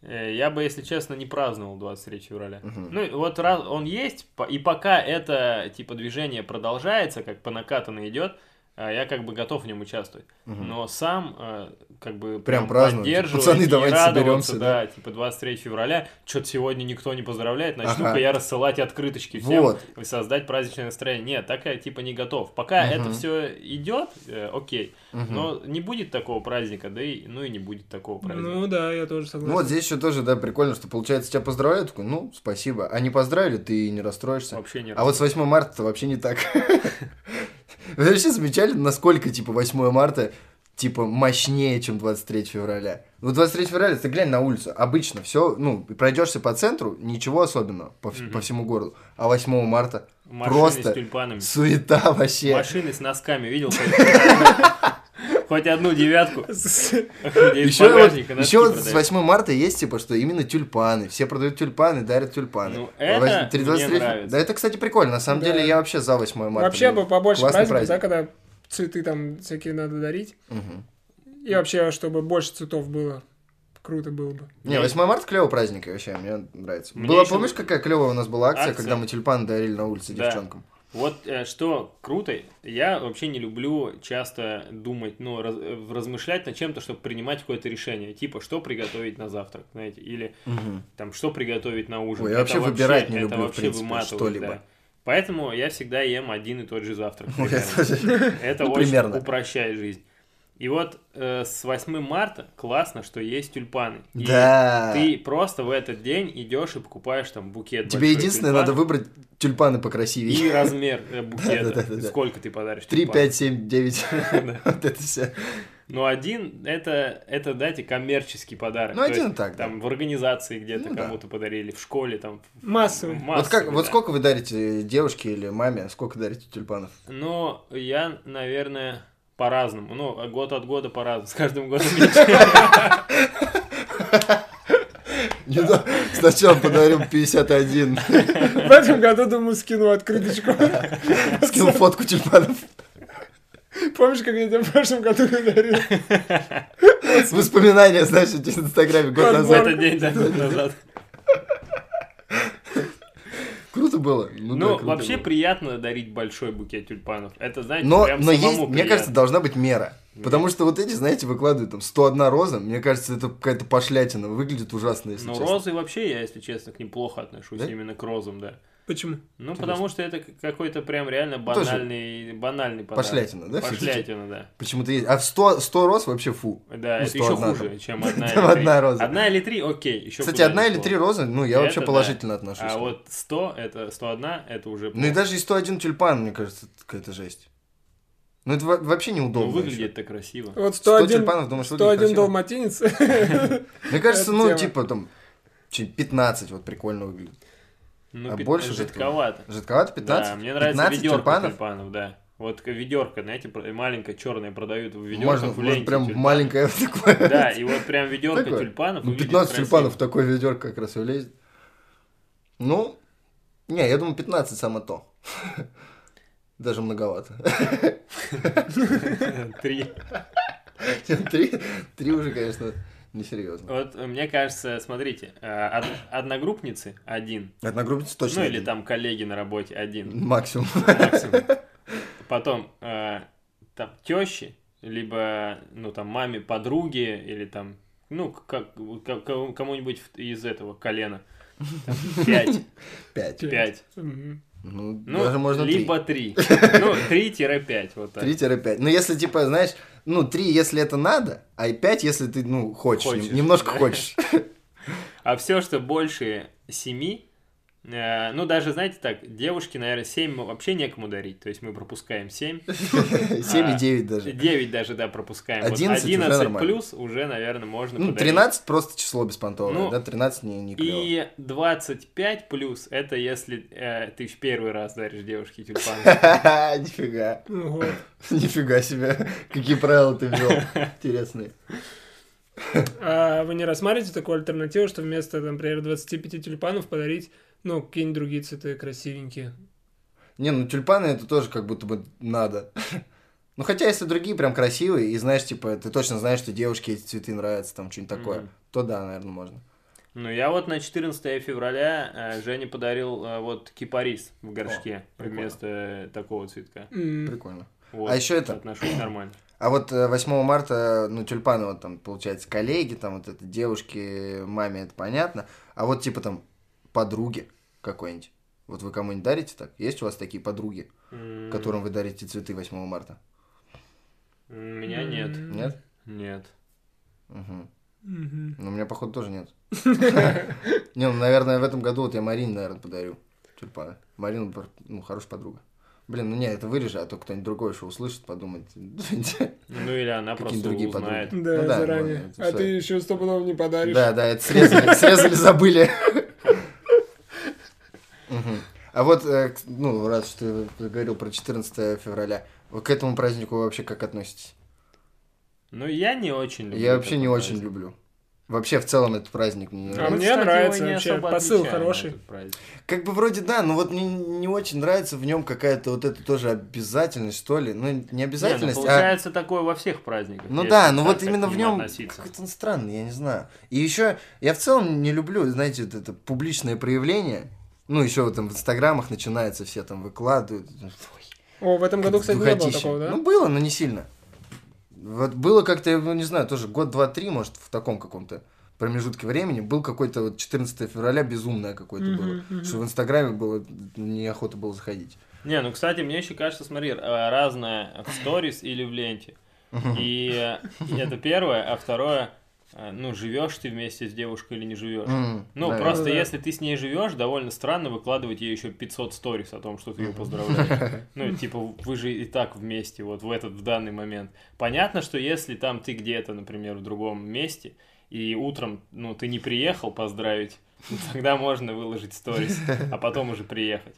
[SPEAKER 3] Э, Я бы, если честно, не праздновал 23 февраля. Ну, вот раз он есть, по- и пока это, типа, движение продолжается, как по накатанной идет, а я как бы готов в нем участвовать. Но сам, э, как бы,
[SPEAKER 1] Прям праздновать.
[SPEAKER 3] поддерживать
[SPEAKER 1] Пацаны,
[SPEAKER 3] и
[SPEAKER 1] давайте
[SPEAKER 3] радоваться,
[SPEAKER 1] соберемся,
[SPEAKER 3] да, типа, 23 февраля, что-то сегодня никто не поздравляет, начну-ка
[SPEAKER 1] Ага.
[SPEAKER 3] я рассылать открыточки всем,
[SPEAKER 1] Вот.
[SPEAKER 3] и создать праздничное настроение. Нет, так я, типа, не готов. Пока
[SPEAKER 1] Мгм.
[SPEAKER 3] это все идет, э, окей, но не будет такого праздника, да и, ну и не будет такого праздника.
[SPEAKER 2] Ну да, я тоже
[SPEAKER 1] Ну вот
[SPEAKER 2] согласен.
[SPEAKER 1] здесь еще тоже, да, прикольно, что получается тебя поздравляют, такой, ну, спасибо. А не поздравили, ты и не расстроишься.
[SPEAKER 3] Вообще не
[SPEAKER 1] А вот с 8 марта вообще не так. Вы вообще замечали, насколько, типа, 8 марта, типа, мощнее, чем 23 февраля? Ну, 23 февраля, ты глянь на улицу, обычно все, ну, пройдешься по центру, ничего особенного по, вс- по всему городу. А 8 марта
[SPEAKER 3] Машины
[SPEAKER 1] просто
[SPEAKER 3] с тюльпанами.
[SPEAKER 1] суета вообще.
[SPEAKER 3] Машины с носками, видел? хоть- Хоть одну девятку. где из
[SPEAKER 1] Еще, вот,
[SPEAKER 3] багажника носки
[SPEAKER 1] ещё вот с
[SPEAKER 3] продают.
[SPEAKER 1] 8 марта есть, типа, что именно тюльпаны. Все продают тюльпаны, дарят тюльпаны.
[SPEAKER 3] Ну,
[SPEAKER 1] А
[SPEAKER 3] это
[SPEAKER 1] воз-
[SPEAKER 3] мне
[SPEAKER 1] 23
[SPEAKER 3] нравится.
[SPEAKER 1] Да, это, кстати, прикольно. На самом
[SPEAKER 2] Да.
[SPEAKER 1] деле, я вообще за 8 марта.
[SPEAKER 2] Вообще
[SPEAKER 1] Блин,
[SPEAKER 2] бы побольше
[SPEAKER 1] классный
[SPEAKER 2] праздников, да, когда цветы там всякие надо дарить.
[SPEAKER 1] Мгм.
[SPEAKER 2] И вообще, чтобы больше цветов было. Круто было бы.
[SPEAKER 1] Не, 8 марта клевый праздник, и вообще, мне нравится.
[SPEAKER 3] Ну, Мне
[SPEAKER 1] Была,
[SPEAKER 3] ещё-
[SPEAKER 1] помнишь, какая клевая у нас была акция,
[SPEAKER 3] Акция.
[SPEAKER 1] когда мы тюльпаны дарили на улице
[SPEAKER 3] Да.
[SPEAKER 1] девчонкам?
[SPEAKER 3] Вот э, что круто, я вообще не люблю часто думать, ну, раз- э, размышлять над чем-то, чтобы принимать какое-то решение. Типа, что приготовить на завтрак, знаете, или там, что приготовить на ужин.
[SPEAKER 1] Ой, я
[SPEAKER 3] Это
[SPEAKER 1] вообще выбирать не
[SPEAKER 3] это
[SPEAKER 1] люблю, в
[SPEAKER 3] вообще
[SPEAKER 1] принципе,
[SPEAKER 3] выматывает,
[SPEAKER 1] что-либо.
[SPEAKER 3] да. Поэтому я всегда ем один и тот же завтрак.
[SPEAKER 1] Ой,
[SPEAKER 3] примерно.
[SPEAKER 1] это же-
[SPEAKER 3] Это
[SPEAKER 1] Ну,
[SPEAKER 3] очень
[SPEAKER 1] примерно.
[SPEAKER 3] упрощает жизнь. И вот э, с 8 марта классно, что есть тюльпаны. И
[SPEAKER 1] Да.
[SPEAKER 3] Ты просто в этот день идешь и покупаешь там букет.
[SPEAKER 1] Тебе
[SPEAKER 3] большой
[SPEAKER 1] единственное,
[SPEAKER 3] тюльпан
[SPEAKER 1] надо выбрать тюльпаны покрасивее.
[SPEAKER 3] И размер э, букета.
[SPEAKER 1] Да-да-да-да-да.
[SPEAKER 3] Сколько ты подаришь?
[SPEAKER 1] 3,
[SPEAKER 3] тюльпанов.
[SPEAKER 1] 5, 7, 9. Вот это все.
[SPEAKER 3] Но один это, это, дайте, коммерческий подарок.
[SPEAKER 1] Ну,
[SPEAKER 3] То
[SPEAKER 1] один
[SPEAKER 3] есть,
[SPEAKER 1] так, да.
[SPEAKER 3] Там в организации где-то
[SPEAKER 1] Ну, да.
[SPEAKER 3] кому-то подарили, в школе там. в-
[SPEAKER 2] Массовый.
[SPEAKER 3] в
[SPEAKER 1] Вот, как,
[SPEAKER 3] массовый,
[SPEAKER 1] вот
[SPEAKER 3] да.
[SPEAKER 1] сколько вы дарите девушке или маме, сколько дарите тюльпанов?
[SPEAKER 3] Но я, наверное, по-разному. Ну, год от года по-разному. С каждым годом меньше.
[SPEAKER 1] Не знаю, Сначала подарил 51,
[SPEAKER 2] В этом году, думаю, скину открыточку.
[SPEAKER 1] скинул фотку тюльпанов.
[SPEAKER 2] Помнишь, как я тебе в прошлом году дарил?
[SPEAKER 1] Воспоминания, знаешь, эти в Инстаграме год
[SPEAKER 2] Подборка.
[SPEAKER 3] В
[SPEAKER 1] назад.
[SPEAKER 3] этот день, да, год назад.
[SPEAKER 1] Круто было.
[SPEAKER 3] Ну,
[SPEAKER 1] да, круто
[SPEAKER 3] вообще
[SPEAKER 1] было.
[SPEAKER 3] приятно дарить большой букет тюльпанов. Это, знаете,
[SPEAKER 1] Но,
[SPEAKER 3] прям
[SPEAKER 1] но
[SPEAKER 3] самому
[SPEAKER 1] есть, мне
[SPEAKER 3] приятно.
[SPEAKER 1] кажется, должна быть мера. Потому что вот эти, знаете, выкладывают там 101 роза, мне кажется, это какая-то пошлятина, выглядит ужасно, если
[SPEAKER 3] Но
[SPEAKER 1] честно.
[SPEAKER 3] розы вообще, я, если честно, к ним плохо отношусь,
[SPEAKER 1] Да?
[SPEAKER 3] именно к розам, да.
[SPEAKER 2] Почему?
[SPEAKER 3] Ну, потому что это к- какой-то прям реально
[SPEAKER 1] Ну, Тоже
[SPEAKER 3] банальный, банальный подарок.
[SPEAKER 1] Пошлятина, да, всё-таки?
[SPEAKER 3] Пошлятина, да.
[SPEAKER 1] Почему-то есть. А в 100, 100 роз вообще фу.
[SPEAKER 3] Да,
[SPEAKER 1] Ну,
[SPEAKER 3] это
[SPEAKER 1] что
[SPEAKER 3] еще
[SPEAKER 1] одна
[SPEAKER 3] хуже,
[SPEAKER 1] там.
[SPEAKER 3] чем одна
[SPEAKER 1] Там
[SPEAKER 3] или три.
[SPEAKER 1] одна роза.
[SPEAKER 3] Одна или три, окей. еще
[SPEAKER 1] Кстати,
[SPEAKER 3] куда ни
[SPEAKER 1] одна или
[SPEAKER 3] шло.
[SPEAKER 1] три розы, ну, я
[SPEAKER 3] Это
[SPEAKER 1] вообще
[SPEAKER 3] да.
[SPEAKER 1] положительно отношусь.
[SPEAKER 3] А вот 100, это 101, это уже...
[SPEAKER 1] Ну и
[SPEAKER 3] плохо.
[SPEAKER 1] даже и 101 тюльпан, мне кажется, это какая-то жесть. Ну это во- вообще
[SPEAKER 3] Ну,
[SPEAKER 1] неудобно. ещё.
[SPEAKER 3] выглядит-то красиво.
[SPEAKER 2] Вот
[SPEAKER 1] 100
[SPEAKER 2] 101,
[SPEAKER 1] тюльпанов, думаешь, выглядит
[SPEAKER 2] 101
[SPEAKER 1] красиво?
[SPEAKER 2] далматинец.
[SPEAKER 1] Мне кажется,
[SPEAKER 2] Это
[SPEAKER 1] ну,
[SPEAKER 2] тема.
[SPEAKER 1] типа там чи- 15 вот прикольно выглядит.
[SPEAKER 3] Ну,
[SPEAKER 1] а
[SPEAKER 3] пи-
[SPEAKER 1] больше
[SPEAKER 3] жидковато.
[SPEAKER 1] Жидковато 15?
[SPEAKER 3] Да, мне нравится
[SPEAKER 1] 15
[SPEAKER 3] ведерко тюльпанов.
[SPEAKER 1] тюльпанов?
[SPEAKER 3] да. Вот к- ведерко, знаете, про- маленькое черное продают в ведерках
[SPEAKER 1] Можно,
[SPEAKER 3] в
[SPEAKER 1] можно
[SPEAKER 3] ленте
[SPEAKER 1] прям
[SPEAKER 3] тюльпаны.
[SPEAKER 1] маленькое такое.
[SPEAKER 3] Да, и вот прям ведерко
[SPEAKER 1] Такое.
[SPEAKER 3] тюльпанов.
[SPEAKER 1] Ну,
[SPEAKER 3] выглядит
[SPEAKER 1] 15
[SPEAKER 3] красиво.
[SPEAKER 1] тюльпанов в такое ведерко как раз и влезет. Ну, не, я думаю, 15 само то. Даже многовато.
[SPEAKER 3] Три.
[SPEAKER 1] Три, три уже, конечно, несерьезно.
[SPEAKER 3] Вот э, мне кажется, смотрите, э, од- одногруппницы один,
[SPEAKER 1] Одногруппница точно.
[SPEAKER 3] ну или
[SPEAKER 1] один.
[SPEAKER 3] там коллеги на работе один,
[SPEAKER 1] Максимум.
[SPEAKER 3] максимум. Потом э, там тещи, либо ну там маме подруги или там ну как, как- кому- кому-нибудь в- из этого колена Там пять,
[SPEAKER 1] Пять.
[SPEAKER 3] пять.
[SPEAKER 2] Мгм.
[SPEAKER 1] Ну,
[SPEAKER 3] Ну,
[SPEAKER 1] даже можно три.
[SPEAKER 3] либо три. Ну, 3-5, вот так.
[SPEAKER 1] 3-5. Ну, если, типа, знаешь, ну, 3, если это надо, а 5, если ты, ну, хочешь.
[SPEAKER 3] Хочешь,
[SPEAKER 1] нем- немножко
[SPEAKER 3] да.
[SPEAKER 1] хочешь.
[SPEAKER 3] А все, что больше семи, э, ну, даже, знаете так, девушке, наверное, 7 вообще некому дарить. То есть мы пропускаем 7.
[SPEAKER 1] 7 и 9 даже.
[SPEAKER 3] 9 даже, да, пропускаем.
[SPEAKER 1] 11
[SPEAKER 3] 11,
[SPEAKER 1] уже
[SPEAKER 3] 11
[SPEAKER 1] нормально.
[SPEAKER 3] плюс уже, наверное, можно
[SPEAKER 1] Ну,
[SPEAKER 3] подарить.
[SPEAKER 1] 13 просто число беспонтовое,
[SPEAKER 3] Ну,
[SPEAKER 1] да, 13 не, не клево.
[SPEAKER 3] И 25 плюс, это если э, ты в первый раз даришь девушке тюльпаны.
[SPEAKER 1] Нифига.
[SPEAKER 2] Ого.
[SPEAKER 1] Нифига себе. Какие правила ты ввел. Интересные.
[SPEAKER 2] А вы не рассматриваете такую альтернативу, что вместо, например, 25 тюльпанов подарить, ну, какие-нибудь другие цветы красивенькие?
[SPEAKER 1] Не, ну тюльпаны это тоже как будто бы надо. Ну, хотя, если другие прям красивые, и знаешь, типа, ты точно знаешь, что девушке эти цветы нравятся, там, что-нибудь такое,
[SPEAKER 3] Мгм.
[SPEAKER 1] то да, наверное, можно.
[SPEAKER 3] Ну, я вот на 14 февраля э, Жене подарил э, вот кипарис в горшке
[SPEAKER 1] прикольно.
[SPEAKER 3] вместо э, такого цветка.
[SPEAKER 2] М.
[SPEAKER 1] Прикольно.
[SPEAKER 3] Вот,
[SPEAKER 1] А ещё это-
[SPEAKER 3] Отношусь нормально.
[SPEAKER 1] А вот э, 8 марта, ну, тюльпаны, вот там, получается, коллеги, там, вот это, девушки, маме, это понятно. А вот, типа, там, подруги какой-нибудь. Вот вы кому-нибудь дарите так? Есть у вас такие подруги,
[SPEAKER 3] М,
[SPEAKER 1] которым вы дарите цветы 8 марта?
[SPEAKER 3] м, Меня нет.
[SPEAKER 2] М.
[SPEAKER 1] Нет?
[SPEAKER 3] Нет.
[SPEAKER 1] Мгм.
[SPEAKER 2] Мгм.
[SPEAKER 1] Ну, у меня, походу, тоже нет. Не, ну, наверное, в этом году вот я Марине, наверное, подарю тюльпаны. Марина, пр- ну, хорошая подруга. Блин, ну не, это вырежи, а то кто-нибудь другой еще услышит, подумает.
[SPEAKER 3] Ну, или она
[SPEAKER 1] Какие
[SPEAKER 3] просто
[SPEAKER 1] другие
[SPEAKER 3] узнает.
[SPEAKER 1] подруги?
[SPEAKER 2] Да,
[SPEAKER 1] Ну да,
[SPEAKER 2] заранее.
[SPEAKER 1] можно, это
[SPEAKER 2] А
[SPEAKER 1] всё.
[SPEAKER 2] ты еще стопудово не подаришь.
[SPEAKER 1] Да, да, это срезали, срезали, забыли. Мгм. А вот, э, к- ну, раз что ты говорил про 14 февраля, вы к этому празднику вообще как относитесь?
[SPEAKER 3] Ну, я не очень люблю.
[SPEAKER 1] Я вообще
[SPEAKER 3] такой
[SPEAKER 1] не очень
[SPEAKER 3] праздник.
[SPEAKER 1] люблю. Вообще, в целом, этот праздник мне Ну, не
[SPEAKER 2] А
[SPEAKER 1] нравится.
[SPEAKER 2] мне
[SPEAKER 3] Мы, кстати, его
[SPEAKER 2] нравится
[SPEAKER 3] не
[SPEAKER 2] вообще.
[SPEAKER 3] особо
[SPEAKER 2] Посыл
[SPEAKER 3] отмечаем,
[SPEAKER 2] хороший.
[SPEAKER 3] этот праздник. ну,
[SPEAKER 1] Как бы вроде да, но вот мне не очень нравится в нем какая-то вот эта тоже обязательность, что ли. Ну, не
[SPEAKER 3] Не, ну,
[SPEAKER 1] обязательность, а...
[SPEAKER 3] получается такое во всех праздниках.
[SPEAKER 1] Ну
[SPEAKER 3] если
[SPEAKER 1] да, ну
[SPEAKER 3] так,
[SPEAKER 1] вот
[SPEAKER 3] как
[SPEAKER 1] именно
[SPEAKER 3] к
[SPEAKER 1] в
[SPEAKER 3] ним
[SPEAKER 1] нем
[SPEAKER 3] относиться.
[SPEAKER 1] какой-то он странный, я не знаю. И еще я в целом не люблю, знаете, вот это публичное проявление. Ну, еще вот там в инстаграмах начинается, все там выкладывают. Ой,
[SPEAKER 2] О, в этом году, кстати, не было
[SPEAKER 1] духотища.
[SPEAKER 2] такого, да?
[SPEAKER 1] Ну, было, но не сильно. Вот было как-то, я ну, не знаю, тоже год, два, три, может, в таком каком-то промежутке времени был какой-то вот 14 февраля безумное какое-то
[SPEAKER 2] Мгм,
[SPEAKER 1] было.
[SPEAKER 2] мгм.
[SPEAKER 1] Что в инстаграме было, неохота было заходить.
[SPEAKER 3] Не, ну, кстати, мне еще кажется, смотри, э, разное в сторис или в ленте. И э, это первое, а второе, э, ну, живешь ты вместе с девушкой или не живешь.
[SPEAKER 1] М,
[SPEAKER 3] Ну,
[SPEAKER 1] да.
[SPEAKER 3] просто
[SPEAKER 2] Да-да.
[SPEAKER 3] если ты с ней живешь, довольно странно выкладывать ей еще 500 сторис о том, что ты ее поздравляешь. Ну, типа, вы же и так вместе, вот в этот, в данный момент. Понятно, что если там ты где-то, например, в другом месте, и утром, ну, ты не приехал поздравить, ну, тогда можно выложить сторис, а потом уже приехать.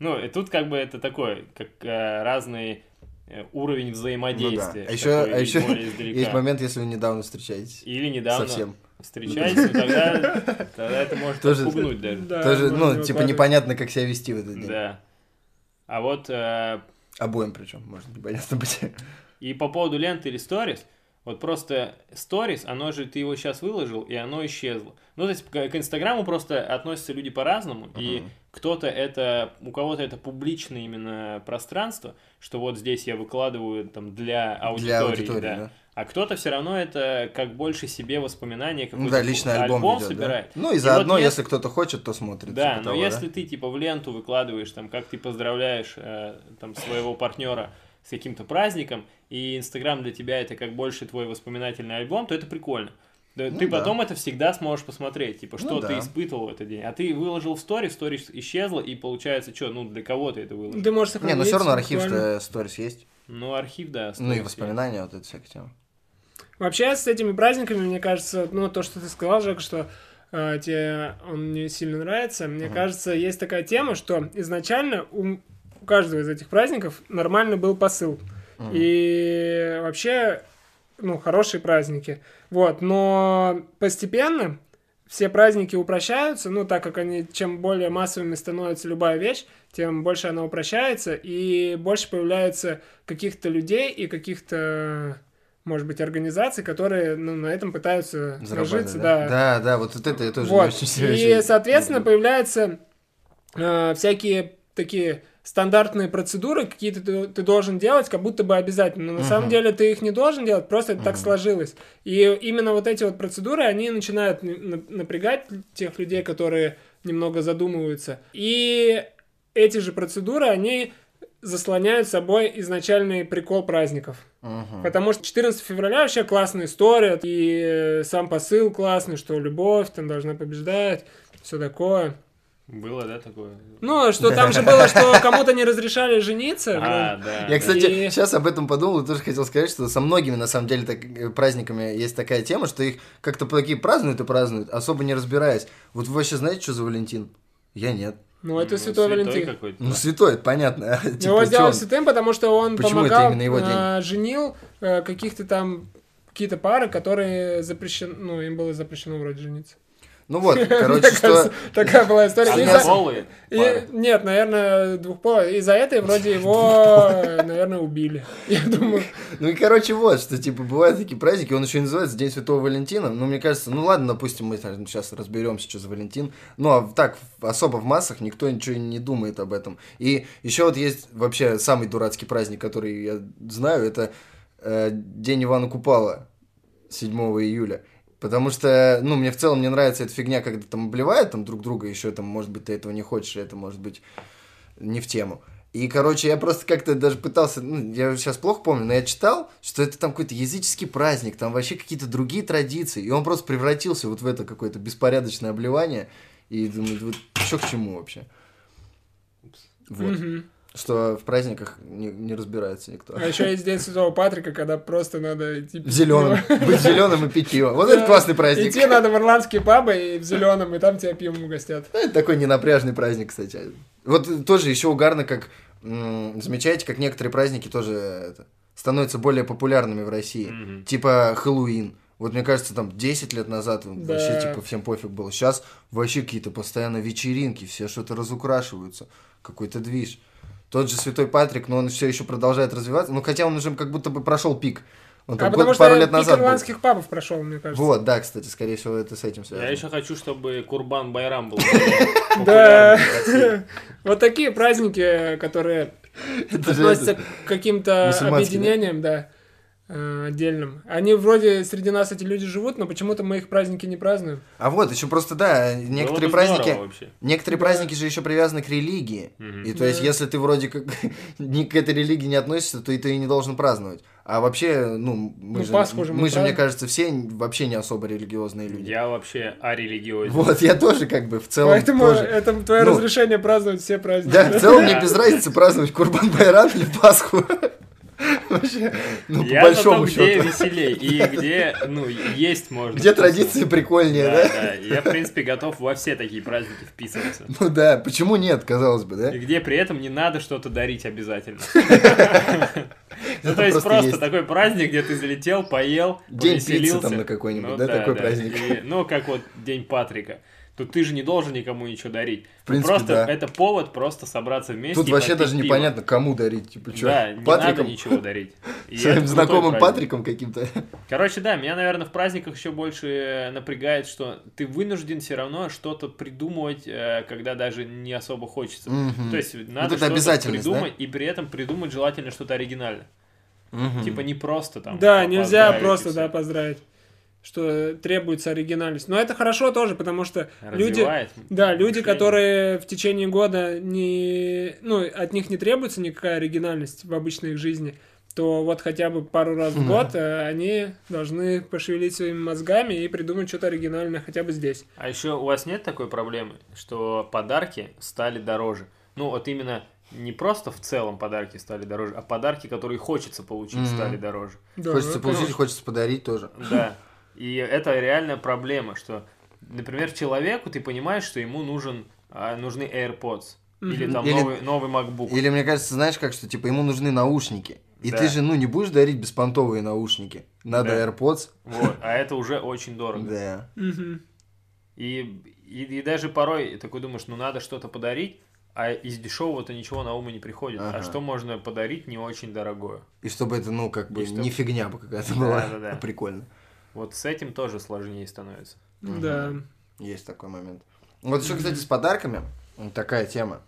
[SPEAKER 3] Ну, и тут как бы это такое, как э, разный э, уровень взаимодействия.
[SPEAKER 1] Ну да. А ещё-
[SPEAKER 3] такой
[SPEAKER 1] а ещё
[SPEAKER 3] более издалека.
[SPEAKER 1] Есть момент, если вы недавно встречаетесь.
[SPEAKER 3] Или недавно
[SPEAKER 1] Совсем.
[SPEAKER 3] встречаетесь, ну, тогда, тогда это может
[SPEAKER 1] Тоже-
[SPEAKER 3] отпугнуть даже.
[SPEAKER 2] Да,
[SPEAKER 1] Тоже,
[SPEAKER 2] можно
[SPEAKER 1] ну, типа,
[SPEAKER 2] выкладывать.
[SPEAKER 1] непонятно, как себя вести в этот день.
[SPEAKER 3] Да. А вот э,
[SPEAKER 1] Обоим причем, может непонятно быть.
[SPEAKER 3] и по поводу ленты или сторис, вот просто сторис, оно же, ты его сейчас выложил, и оно исчезло. Ну, то есть к к Инстаграму просто относятся люди по-разному, и
[SPEAKER 1] Мгм.
[SPEAKER 3] кто-то это, у кого-то это публичное именно пространство, что вот здесь я выкладываю там для аудитории,
[SPEAKER 1] Для аудитории,
[SPEAKER 3] да.
[SPEAKER 1] да.
[SPEAKER 3] А кто-то все равно это как больше себе воспоминания, как
[SPEAKER 1] Ну да, личный альбом, ведет, да.
[SPEAKER 3] собирает.
[SPEAKER 1] Ну и
[SPEAKER 3] И
[SPEAKER 1] заодно,
[SPEAKER 3] вот
[SPEAKER 1] если кто-то хочет, то смотрит.
[SPEAKER 3] Да,
[SPEAKER 1] типа
[SPEAKER 3] но
[SPEAKER 1] того,
[SPEAKER 3] если ты типа в ленту выкладываешь, там, как ты поздравляешь э, там своего партнера с каким-то праздником, и Инстаграм для тебя это как больше твой воспоминательный альбом, то это прикольно. Да,
[SPEAKER 1] Ну
[SPEAKER 3] ты
[SPEAKER 1] да.
[SPEAKER 3] потом это всегда сможешь посмотреть, типа,
[SPEAKER 1] Ну
[SPEAKER 3] что ты
[SPEAKER 1] да.
[SPEAKER 3] испытывал в этот день. А ты выложил в сторис, сторис исчезла, и получается, что, ну, для кого ты это выложил?
[SPEAKER 2] Ты можешь
[SPEAKER 1] да. Не,
[SPEAKER 2] сохранить.
[SPEAKER 1] ну все равно архив-то
[SPEAKER 2] буквально.
[SPEAKER 1] э, сторис есть.
[SPEAKER 3] Ну, архив, да.
[SPEAKER 1] Ну и
[SPEAKER 3] сторис
[SPEAKER 1] воспоминания, вот эта всякая тема.
[SPEAKER 2] Вообще, с этими праздниками, мне кажется, ну, то, что ты сказал, Жек, что э, тебе он не сильно нравится, мне кажется, есть такая тема, что изначально у, у каждого из этих праздников нормально был посыл.
[SPEAKER 1] Мгм.
[SPEAKER 2] И вообще, ну, хорошие праздники. Вот, но постепенно все праздники упрощаются, ну, так как они, чем более массовыми становится любая вещь, тем больше она упрощается, и больше появляется каких-то людей и каких-то, может быть, организаций, которые ну, на этом пытаются
[SPEAKER 1] Зарабатывать,
[SPEAKER 2] нажиться, да.
[SPEAKER 1] Да, да, вот это я тоже
[SPEAKER 2] Вот.
[SPEAKER 1] не очень себе
[SPEAKER 2] И,
[SPEAKER 1] очень
[SPEAKER 2] соответственно,
[SPEAKER 1] люблю.
[SPEAKER 2] появляются э, всякие такие стандартные процедуры, какие-то ты, ты должен делать, как будто бы обязательно. Но на самом
[SPEAKER 1] Мгм.
[SPEAKER 2] деле ты их не должен делать, просто это так
[SPEAKER 1] Мгм.
[SPEAKER 2] сложилось. И именно вот эти вот процедуры, они начинают н- на- напрягать тех людей, которые немного задумываются. И эти же процедуры, они заслоняют собой изначальный прикол праздников.
[SPEAKER 1] Мгм.
[SPEAKER 2] Потому что 14 февраля вообще классная история, и э, сам посыл классный, что любовь там должна побеждать, все такое.
[SPEAKER 3] есть. Было, да, такое?
[SPEAKER 2] Ну, что там же было, что кому-то не разрешали жениться.
[SPEAKER 3] а, да.
[SPEAKER 1] Я, кстати,
[SPEAKER 2] И-
[SPEAKER 1] сейчас об этом подумал и тоже хотел сказать, что со многими, на самом деле, так, э, праздниками есть такая тема, что их как-то такие празднуют и празднуют, особо не разбираясь. Вот вы вообще знаете, что за Валентин? Я нет.
[SPEAKER 2] Ну, это Святой Валентин.
[SPEAKER 3] какой-то,
[SPEAKER 1] Ну,
[SPEAKER 3] да.
[SPEAKER 1] святой, это понятно. а, типа,
[SPEAKER 2] Его сделали
[SPEAKER 1] чё он?
[SPEAKER 2] святым, потому что он
[SPEAKER 1] Почему это
[SPEAKER 2] помогал,
[SPEAKER 1] именно его день?
[SPEAKER 2] а, женил э, каких-то там какие-то пары, которые запрещены, ну, им было запрещено вроде жениться.
[SPEAKER 1] Ну вот, короче,
[SPEAKER 2] Мне кажется,
[SPEAKER 1] что... А
[SPEAKER 2] такая была
[SPEAKER 3] А
[SPEAKER 2] история. И за-
[SPEAKER 3] Однополые
[SPEAKER 2] и-
[SPEAKER 3] пары.
[SPEAKER 2] нет, наверное, двухполая. И за это вроде его, наверное, убили. Я думаю,
[SPEAKER 1] Ну и, короче, вот, что, типа, бывают такие праздники, он еще и называется День Святого Валентина, но мне кажется, ну ладно, допустим, мы сейчас разберемся, что за Валентин, ну а так, особо в массах никто ничего и не думает об этом. И еще вот есть вообще самый дурацкий праздник, который я знаю, это э, День Ивана Купала, 7 июля. Потому что, ну, мне в целом не нравится эта фигня, когда там обливают там друг друга, еще там, может быть, ты этого не хочешь, это может быть не в тему. И, короче, я просто как-то даже пытался, ну, я сейчас плохо помню, но я читал, что это там какой-то языческий праздник, там вообще какие-то другие традиции, и он просто превратился вот в это какое-то беспорядочное обливание, и думаю, вот что к чему вообще? Вот.
[SPEAKER 2] мгм.
[SPEAKER 1] Что в праздниках не, не разбирается никто.
[SPEAKER 2] а еще есть День Святого Патрика, когда просто надо идти... пить
[SPEAKER 1] Зеленым.
[SPEAKER 2] пиво.
[SPEAKER 1] Быть зеленым и пить пиво. Вот это
[SPEAKER 2] Да.
[SPEAKER 1] классный праздник.
[SPEAKER 2] Идти надо в ирландские пабы и в зеленом, и там тебя пивом угостят.
[SPEAKER 1] Ну, Это такой ненапряжный праздник, кстати. Вот тоже еще угарно, как м, замечаете, как некоторые праздники тоже это, становятся более популярными в России.
[SPEAKER 3] Мгм.
[SPEAKER 1] Типа Хэллоуин. Вот мне кажется, там 10 лет назад он
[SPEAKER 2] Да.
[SPEAKER 1] вообще типа всем пофиг было. Сейчас вообще какие-то постоянно вечеринки, все что-то разукрашиваются, какой-то движ. Тот же Святой Патрик, но он все еще продолжает развиваться. Ну хотя он уже как будто бы прошел пик. Он там
[SPEAKER 2] а
[SPEAKER 1] год-
[SPEAKER 2] потому что
[SPEAKER 1] Ну, пару лет
[SPEAKER 2] пик
[SPEAKER 1] назад. был.
[SPEAKER 2] ирландских пабов прошел, мне кажется.
[SPEAKER 1] Вот, да, кстати, скорее всего, это с этим связано.
[SPEAKER 3] Я еще хочу, чтобы Курбан Байрам был.
[SPEAKER 2] Да.
[SPEAKER 3] популярным в России.
[SPEAKER 2] Вот такие праздники, которые
[SPEAKER 1] Это же
[SPEAKER 2] относятся
[SPEAKER 1] это-
[SPEAKER 2] к каким-то
[SPEAKER 1] мусульманские, да?
[SPEAKER 2] объединениям, да, э, отдельным. Они вроде среди нас эти люди живут, но почему-то мы их праздники не празднуем.
[SPEAKER 1] А вот, еще просто, да,
[SPEAKER 3] Было
[SPEAKER 1] некоторые
[SPEAKER 3] бы
[SPEAKER 1] праздники.
[SPEAKER 3] здорово вообще.
[SPEAKER 1] Некоторые праздники же еще привязаны к религии.
[SPEAKER 3] Мгм.
[SPEAKER 1] И то есть,
[SPEAKER 2] Да.
[SPEAKER 1] если ты вроде как ни к этой религии не относишься, то и ты и не должен праздновать. А вообще, ну, мы
[SPEAKER 2] Ну,
[SPEAKER 1] же,
[SPEAKER 2] Пасху же мы
[SPEAKER 1] мы же мне
[SPEAKER 2] празднуем.
[SPEAKER 1] кажется, все вообще не особо религиозные люди.
[SPEAKER 3] Я вообще арелигиозен.
[SPEAKER 1] Вот, я тоже как бы в целом
[SPEAKER 2] Поэтому
[SPEAKER 1] тоже.
[SPEAKER 2] это твое
[SPEAKER 1] Ну.
[SPEAKER 2] разрешение праздновать все праздники.
[SPEAKER 1] Да, в целом мне
[SPEAKER 3] Да.
[SPEAKER 1] без разницы праздновать Курбан Байрам или Пасху. Вообще, ну, по
[SPEAKER 3] Я за то,
[SPEAKER 1] большому
[SPEAKER 3] где
[SPEAKER 1] счету.
[SPEAKER 3] веселей и где, ну, есть можно.
[SPEAKER 1] Где традиции прикольнее,
[SPEAKER 3] Да,
[SPEAKER 1] да?
[SPEAKER 3] да. Я, в принципе, готов во все такие праздники вписываться.
[SPEAKER 1] Ну да, почему нет, казалось бы, да?
[SPEAKER 3] И где при этом не надо что-то дарить обязательно. Ну,
[SPEAKER 1] Это
[SPEAKER 3] то есть
[SPEAKER 1] просто
[SPEAKER 3] просто
[SPEAKER 1] есть.
[SPEAKER 3] такой праздник, где ты залетел, поел,
[SPEAKER 1] День пиццы
[SPEAKER 3] повеселился.
[SPEAKER 1] там на какой-нибудь,
[SPEAKER 3] Ну
[SPEAKER 1] да, такой праздник.
[SPEAKER 3] И, ну, как вот День Патрика. Тут ты же не должен никому ничего дарить.
[SPEAKER 1] В принципе,
[SPEAKER 3] просто
[SPEAKER 1] да.
[SPEAKER 3] это повод просто собраться вместе.
[SPEAKER 1] Тут
[SPEAKER 3] и
[SPEAKER 1] вообще
[SPEAKER 3] попить
[SPEAKER 1] даже
[SPEAKER 3] пиво.
[SPEAKER 1] непонятно, кому дарить. Типа, чё,
[SPEAKER 3] Да, не надо
[SPEAKER 1] Патрикам?
[SPEAKER 3] ничего дарить. И это
[SPEAKER 1] Своим
[SPEAKER 3] крутой
[SPEAKER 1] знакомым
[SPEAKER 3] праздник.
[SPEAKER 1] Патриком каким-то.
[SPEAKER 3] Короче, да, меня, наверное, в праздниках еще больше э, напрягает, что ты вынужден все равно что-то придумывать, э, когда даже не особо хочется.
[SPEAKER 1] Мгм.
[SPEAKER 3] То есть надо
[SPEAKER 1] М-м. это
[SPEAKER 3] что-то
[SPEAKER 1] обязательность,
[SPEAKER 3] придумать, и при этом придумать желательно что-то оригинальное.
[SPEAKER 1] Мгм.
[SPEAKER 3] Типа не просто там.
[SPEAKER 2] Да,
[SPEAKER 3] по-
[SPEAKER 2] нельзя
[SPEAKER 3] поздравить и
[SPEAKER 2] просто,
[SPEAKER 3] всё.
[SPEAKER 2] да, поздравить, что требуется оригинальность. Но это хорошо тоже, потому что люди...
[SPEAKER 3] Развивает
[SPEAKER 2] Да, люди,
[SPEAKER 3] мышление.
[SPEAKER 2] которые в течение года не, ну, от них не требуется никакая оригинальность в обычной их жизни, то вот хотя бы пару раз в год э, они должны пошевелить своими мозгами и придумать что-то оригинальное хотя бы здесь.
[SPEAKER 3] А еще у вас нет такой проблемы, что подарки стали дороже? Ну, вот именно не просто в целом подарки стали дороже, а подарки, которые хочется получить,
[SPEAKER 1] Мгм.
[SPEAKER 3] стали дороже.
[SPEAKER 2] Да,
[SPEAKER 1] хочется
[SPEAKER 2] ну,
[SPEAKER 1] получить,
[SPEAKER 2] конечно.
[SPEAKER 1] хочется подарить тоже.
[SPEAKER 3] Да. И это реальная проблема, что, например, человеку ты понимаешь, что ему нужен, а, нужны AirPods. Или
[SPEAKER 2] Мгм.
[SPEAKER 3] там
[SPEAKER 1] Или-
[SPEAKER 3] новый, новый MacBook.
[SPEAKER 1] Или мне кажется, знаешь как, что типа ему нужны наушники. И
[SPEAKER 3] Да.
[SPEAKER 1] ты же, ну, не будешь дарить беспонтовые наушники. Надо
[SPEAKER 3] Да.
[SPEAKER 1] AirPods.
[SPEAKER 3] Вот. А это уже очень дорого.
[SPEAKER 1] Да.
[SPEAKER 2] Мгм.
[SPEAKER 3] И, и, и даже порой такой думаешь, ну надо что-то подарить, а из дешевого-то ничего на ум и не приходит.
[SPEAKER 1] Ага.
[SPEAKER 3] А что можно подарить не очень дорогое?
[SPEAKER 1] И чтобы это, ну, как бы
[SPEAKER 3] И чтоб-
[SPEAKER 1] не фигня бы какая-то была,
[SPEAKER 3] Да-да-да.
[SPEAKER 1] а прикольно.
[SPEAKER 3] Вот с этим тоже сложнее становится.
[SPEAKER 2] Да.
[SPEAKER 1] Есть такой момент. Вот еще, кстати, с подарками м, такая тема.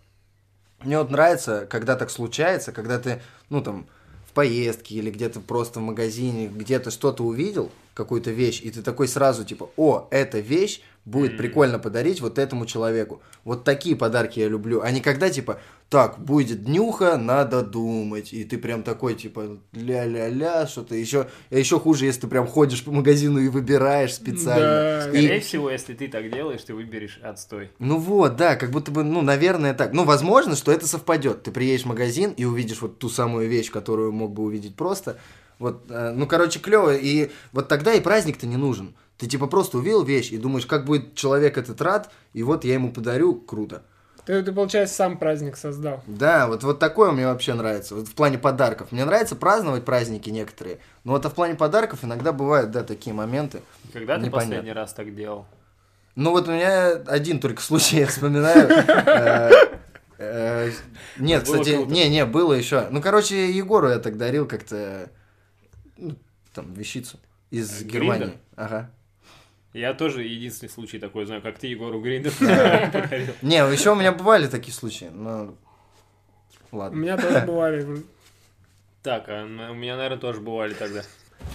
[SPEAKER 1] Мне вот нравится, когда так случается, когда ты, ну, там, в поездке или где-то просто в магазине, где-то что-то увидел, какую-то вещь, и ты такой сразу, типа, о, эта вещь будет
[SPEAKER 3] М.
[SPEAKER 1] прикольно подарить вот этому человеку. Вот такие подарки я люблю. А не когда, типа, так, будет днюха, надо думать. И ты прям такой, типа, ля-ля-ля, что-то еще. Еще хуже, если ты прям ходишь по магазину и выбираешь специально.
[SPEAKER 2] Да.
[SPEAKER 1] И-
[SPEAKER 3] Скорее всего, если ты так делаешь, ты выберешь отстой.
[SPEAKER 1] ну вот, да, как будто бы, ну, наверное, так. Ну, возможно, что это совпадет. Ты приедешь в магазин и увидишь вот ту самую вещь, которую мог бы увидеть просто. Вот, э, ну, короче, клево. И вот тогда и праздник-то не нужен. Ты типа просто увидел вещь и думаешь, как будет человек этот рад, и вот я ему подарю, круто.
[SPEAKER 2] Ты, ты, получается, сам праздник создал.
[SPEAKER 1] Да, вот, вот такое мне вообще нравится, вот в плане подарков. Мне нравится праздновать праздники некоторые, но вот а в плане подарков иногда бывают, да, такие моменты.
[SPEAKER 3] Когда ты
[SPEAKER 1] Непонятно.
[SPEAKER 3] последний раз так делал?
[SPEAKER 1] Ну вот у меня один только случай я вспоминаю. Э, э, Нет,
[SPEAKER 3] Было
[SPEAKER 1] кстати,
[SPEAKER 3] круто.
[SPEAKER 1] не, не, было еще. Ну, короче, Егору я так дарил как-то ну, там вещицу из
[SPEAKER 3] Э,
[SPEAKER 1] Германии.
[SPEAKER 3] Гриндер?
[SPEAKER 1] Ага.
[SPEAKER 3] Я тоже единственный случай такой знаю, как ты Егору Гринду подарил.
[SPEAKER 1] Не, еще у меня бывали такие случаи, но
[SPEAKER 2] У
[SPEAKER 1] ладно.
[SPEAKER 2] меня тоже бывали.
[SPEAKER 3] Так, а м- у меня, наверное, тоже бывали тогда.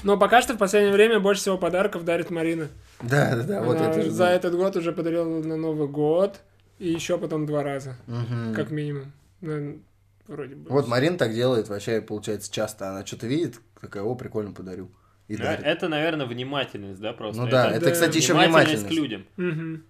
[SPEAKER 2] Но пока что в последнее время больше всего подарков дарит Марина.
[SPEAKER 1] Да, да, да, вот
[SPEAKER 2] Она
[SPEAKER 1] это же.
[SPEAKER 2] за
[SPEAKER 1] было.
[SPEAKER 2] этот год уже подарила на Новый год и еще потом два раза,
[SPEAKER 1] Мгм.
[SPEAKER 2] как минимум. Ну, Вроде бы.
[SPEAKER 1] Вот Марин так делает вообще, получается, часто. Она что-то видит, такая, о, прикольно подарю. И
[SPEAKER 3] Ну,
[SPEAKER 1] дарит.
[SPEAKER 3] Это, наверное, внимательность, да, просто?
[SPEAKER 1] Ну да, это,
[SPEAKER 2] да,
[SPEAKER 1] кстати, еще
[SPEAKER 3] внимательность к
[SPEAKER 1] внимательность.
[SPEAKER 3] людям
[SPEAKER 2] Мгм.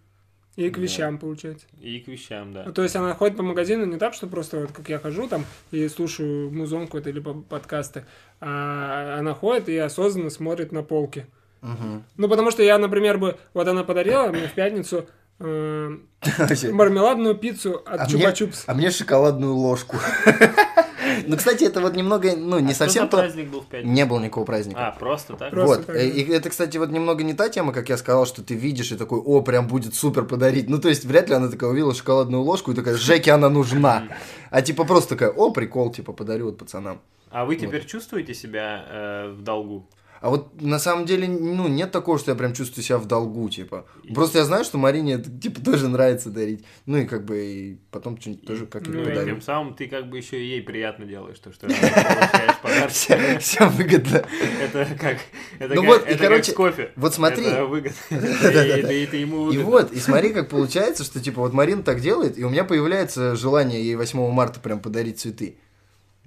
[SPEAKER 2] И к
[SPEAKER 1] Да.
[SPEAKER 2] вещам, получается.
[SPEAKER 3] и к вещам, да. А
[SPEAKER 2] Ну, то есть она ходит по магазину не так, что просто вот как я хожу там и слушаю музонку это или по- подкасты, а она ходит и осознанно смотрит на полки.
[SPEAKER 1] Мгм.
[SPEAKER 2] Ну, потому что я, например, бы... Вот она подарила мне в пятницу э,
[SPEAKER 1] Вообще.
[SPEAKER 2] мармеладную пиццу от
[SPEAKER 1] А мне-
[SPEAKER 2] Чупа-Чупс.
[SPEAKER 1] А мне шоколадную ложку. Ну, кстати, это вот немного, ну,
[SPEAKER 3] А
[SPEAKER 1] не
[SPEAKER 3] что за
[SPEAKER 1] совсем то.
[SPEAKER 3] праздник был в пятницу?
[SPEAKER 1] Не было никакого праздника.
[SPEAKER 3] А, просто так?
[SPEAKER 2] Просто
[SPEAKER 1] Вот.
[SPEAKER 2] так,
[SPEAKER 1] Э, И это, кстати, вот немного не та тема, как я сказал, что ты видишь и такой, о, прям будет супер подарить. Ну, то есть, вряд ли она такая увидела шоколадную ложку и такая, Жеке она нужна. А типа просто такая, о, прикол, типа, подарю вот пацанам.
[SPEAKER 3] А вы теперь чувствуете себя э, в долгу?
[SPEAKER 1] А вот на самом деле, ну, нет такого, что я прям чувствую себя в долгу, типа. Просто я знаю, что Марине, это, типа, тоже нравится дарить. Ну, и как бы, и потом что-нибудь тоже
[SPEAKER 2] Ну,
[SPEAKER 1] как-нибудь
[SPEAKER 2] и
[SPEAKER 3] Ну, и
[SPEAKER 1] подарю.
[SPEAKER 3] тем самым ты как бы еще и ей приятно делаешь, то, что она получаешь подарки.
[SPEAKER 1] Вся, вся выгодно.
[SPEAKER 3] Это как, это
[SPEAKER 1] Ну
[SPEAKER 3] как-
[SPEAKER 1] вот, и,
[SPEAKER 3] это как
[SPEAKER 1] короче,
[SPEAKER 3] с кофе.
[SPEAKER 1] вот смотри.
[SPEAKER 3] Это выгодно.
[SPEAKER 1] Да-да-да.
[SPEAKER 3] И ты- и ты ему
[SPEAKER 1] И
[SPEAKER 3] выгодно.
[SPEAKER 1] вот, и смотри, как получается, что типа вот Марина так делает, и у меня появляется желание ей 8 марта прям подарить цветы.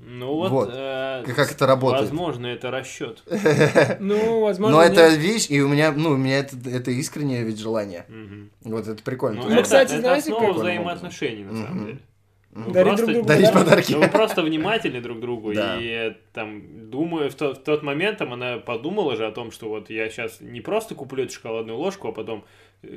[SPEAKER 3] Ну вот,
[SPEAKER 1] Вот.
[SPEAKER 3] э,
[SPEAKER 1] Как- как это работает.
[SPEAKER 3] Возможно, это расчет.
[SPEAKER 2] Ну, возможно,
[SPEAKER 1] Но это
[SPEAKER 2] нет.
[SPEAKER 1] вещь, и у меня, ну, у меня это, это искреннее ведь желание. Вот это прикольно.
[SPEAKER 3] Ну,
[SPEAKER 1] То
[SPEAKER 2] это-
[SPEAKER 1] есть,
[SPEAKER 2] кстати,
[SPEAKER 3] это
[SPEAKER 2] знаете,
[SPEAKER 3] основа
[SPEAKER 1] каким
[SPEAKER 3] взаимоотношений, на самом
[SPEAKER 1] Мгм.
[SPEAKER 3] деле. Вы
[SPEAKER 2] Дарить
[SPEAKER 3] просто-
[SPEAKER 2] друг другу
[SPEAKER 1] Дарить
[SPEAKER 2] подарки.
[SPEAKER 1] подарки.
[SPEAKER 3] Ну, вы просто внимательны друг к другу.
[SPEAKER 1] Да.
[SPEAKER 3] И э, там, думаю, в, то- в тот момент там она подумала же о том, что вот я сейчас не просто куплю эту шоколадную ложку, а потом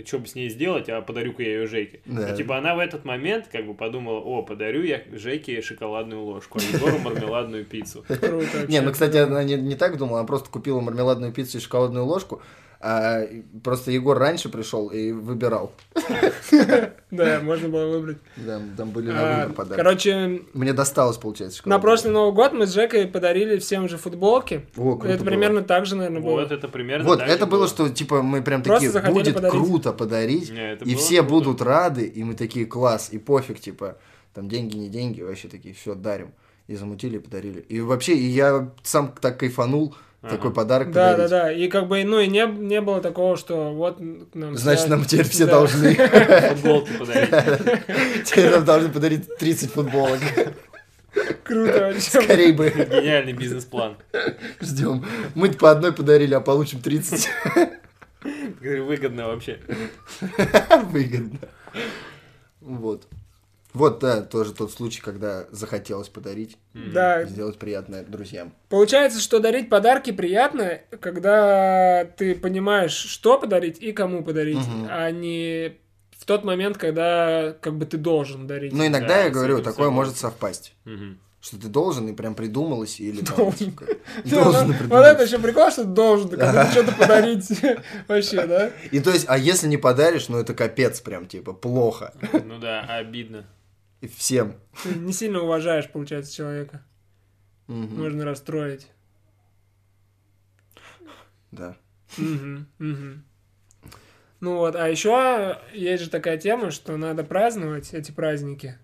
[SPEAKER 3] что бы с ней сделать, а подарю-ка я ее Жеке.
[SPEAKER 1] Да.
[SPEAKER 3] Ну, типа она в этот момент как бы подумала, о, подарю я Жеке шоколадную ложку, а Егору мармеладную пиццу.
[SPEAKER 2] Круто вообще.
[SPEAKER 1] Не, ну, кстати, она не, не так думала, она просто купила мармеладную пиццу и шоколадную ложку. а, и просто Егор раньше пришел и выбирал.
[SPEAKER 2] Да, можно было выбрать.
[SPEAKER 1] Да, там были на
[SPEAKER 2] А,
[SPEAKER 1] выбор подарки.
[SPEAKER 2] Короче,
[SPEAKER 1] Мне досталось, получается,
[SPEAKER 2] на
[SPEAKER 1] шоколадная
[SPEAKER 2] прошлый Новый год мы с Жекой подарили всем же футболки.
[SPEAKER 1] ложка. О, круто
[SPEAKER 2] Это
[SPEAKER 1] было.
[SPEAKER 2] примерно так же, наверное, было.
[SPEAKER 3] Вот это примерно
[SPEAKER 1] Вот,
[SPEAKER 3] так
[SPEAKER 1] это
[SPEAKER 3] же
[SPEAKER 1] было, что, типа, мы прям
[SPEAKER 2] Просто
[SPEAKER 1] такие,
[SPEAKER 2] захотели
[SPEAKER 1] будет
[SPEAKER 2] подарить.
[SPEAKER 1] круто подарить,
[SPEAKER 3] Не, это
[SPEAKER 1] и
[SPEAKER 3] было
[SPEAKER 1] все
[SPEAKER 3] круто.
[SPEAKER 1] будут рады, и мы такие, класс, и пофиг, типа, там деньги, не деньги, вообще такие, все, дарим. И замутили, и подарили. И вообще, и я сам так кайфанул,
[SPEAKER 3] Ага.
[SPEAKER 1] такой подарок
[SPEAKER 2] Да, да,
[SPEAKER 1] подарить.
[SPEAKER 2] да. И как бы, ну и не, не было такого, что вот к нам.
[SPEAKER 1] Значит,
[SPEAKER 2] сюда-
[SPEAKER 1] нам теперь все
[SPEAKER 2] Да.
[SPEAKER 1] должны.
[SPEAKER 3] Футболки подарить.
[SPEAKER 1] Теперь нам должны подарить 30 футболок.
[SPEAKER 2] Круто вообще.
[SPEAKER 1] Скорей бы
[SPEAKER 3] Гениальный бизнес-план.
[SPEAKER 1] ждем. Мы по одной подарили, а получим 30.
[SPEAKER 3] Выгодно вообще.
[SPEAKER 1] Выгодно. Вот. Вот, да, тоже тот случай, когда захотелось подарить,
[SPEAKER 2] Да.
[SPEAKER 1] сделать приятное друзьям.
[SPEAKER 2] Получается, что дарить подарки приятно, когда ты понимаешь, что подарить и кому подарить,
[SPEAKER 1] Мгм.
[SPEAKER 2] а не в тот момент, когда как бы ты должен дарить.
[SPEAKER 1] Ну, иногда
[SPEAKER 3] Да,
[SPEAKER 1] я
[SPEAKER 3] с
[SPEAKER 1] говорю,
[SPEAKER 3] этим
[SPEAKER 1] такое
[SPEAKER 3] согласен.
[SPEAKER 1] может совпасть.
[SPEAKER 3] Мгм.
[SPEAKER 1] Что ты должен и прям придумалось, или там,
[SPEAKER 2] Должен.
[SPEAKER 1] типа, должен и
[SPEAKER 2] Да, вот, Ну, вот это
[SPEAKER 1] придумалось.
[SPEAKER 2] еще прикол, что должен кому-то что-то подарить. Вообще, да?
[SPEAKER 1] И то есть, а если не подаришь, ну это капец прям, типа, плохо.
[SPEAKER 3] Ну да, обидно.
[SPEAKER 1] И всем.
[SPEAKER 2] Ты не сильно уважаешь, получается, человека.
[SPEAKER 1] Мгм.
[SPEAKER 2] Можно расстроить.
[SPEAKER 1] Да.
[SPEAKER 2] Мгм, мгм. Ну вот, а еще есть же такая тема, что надо праздновать эти праздники.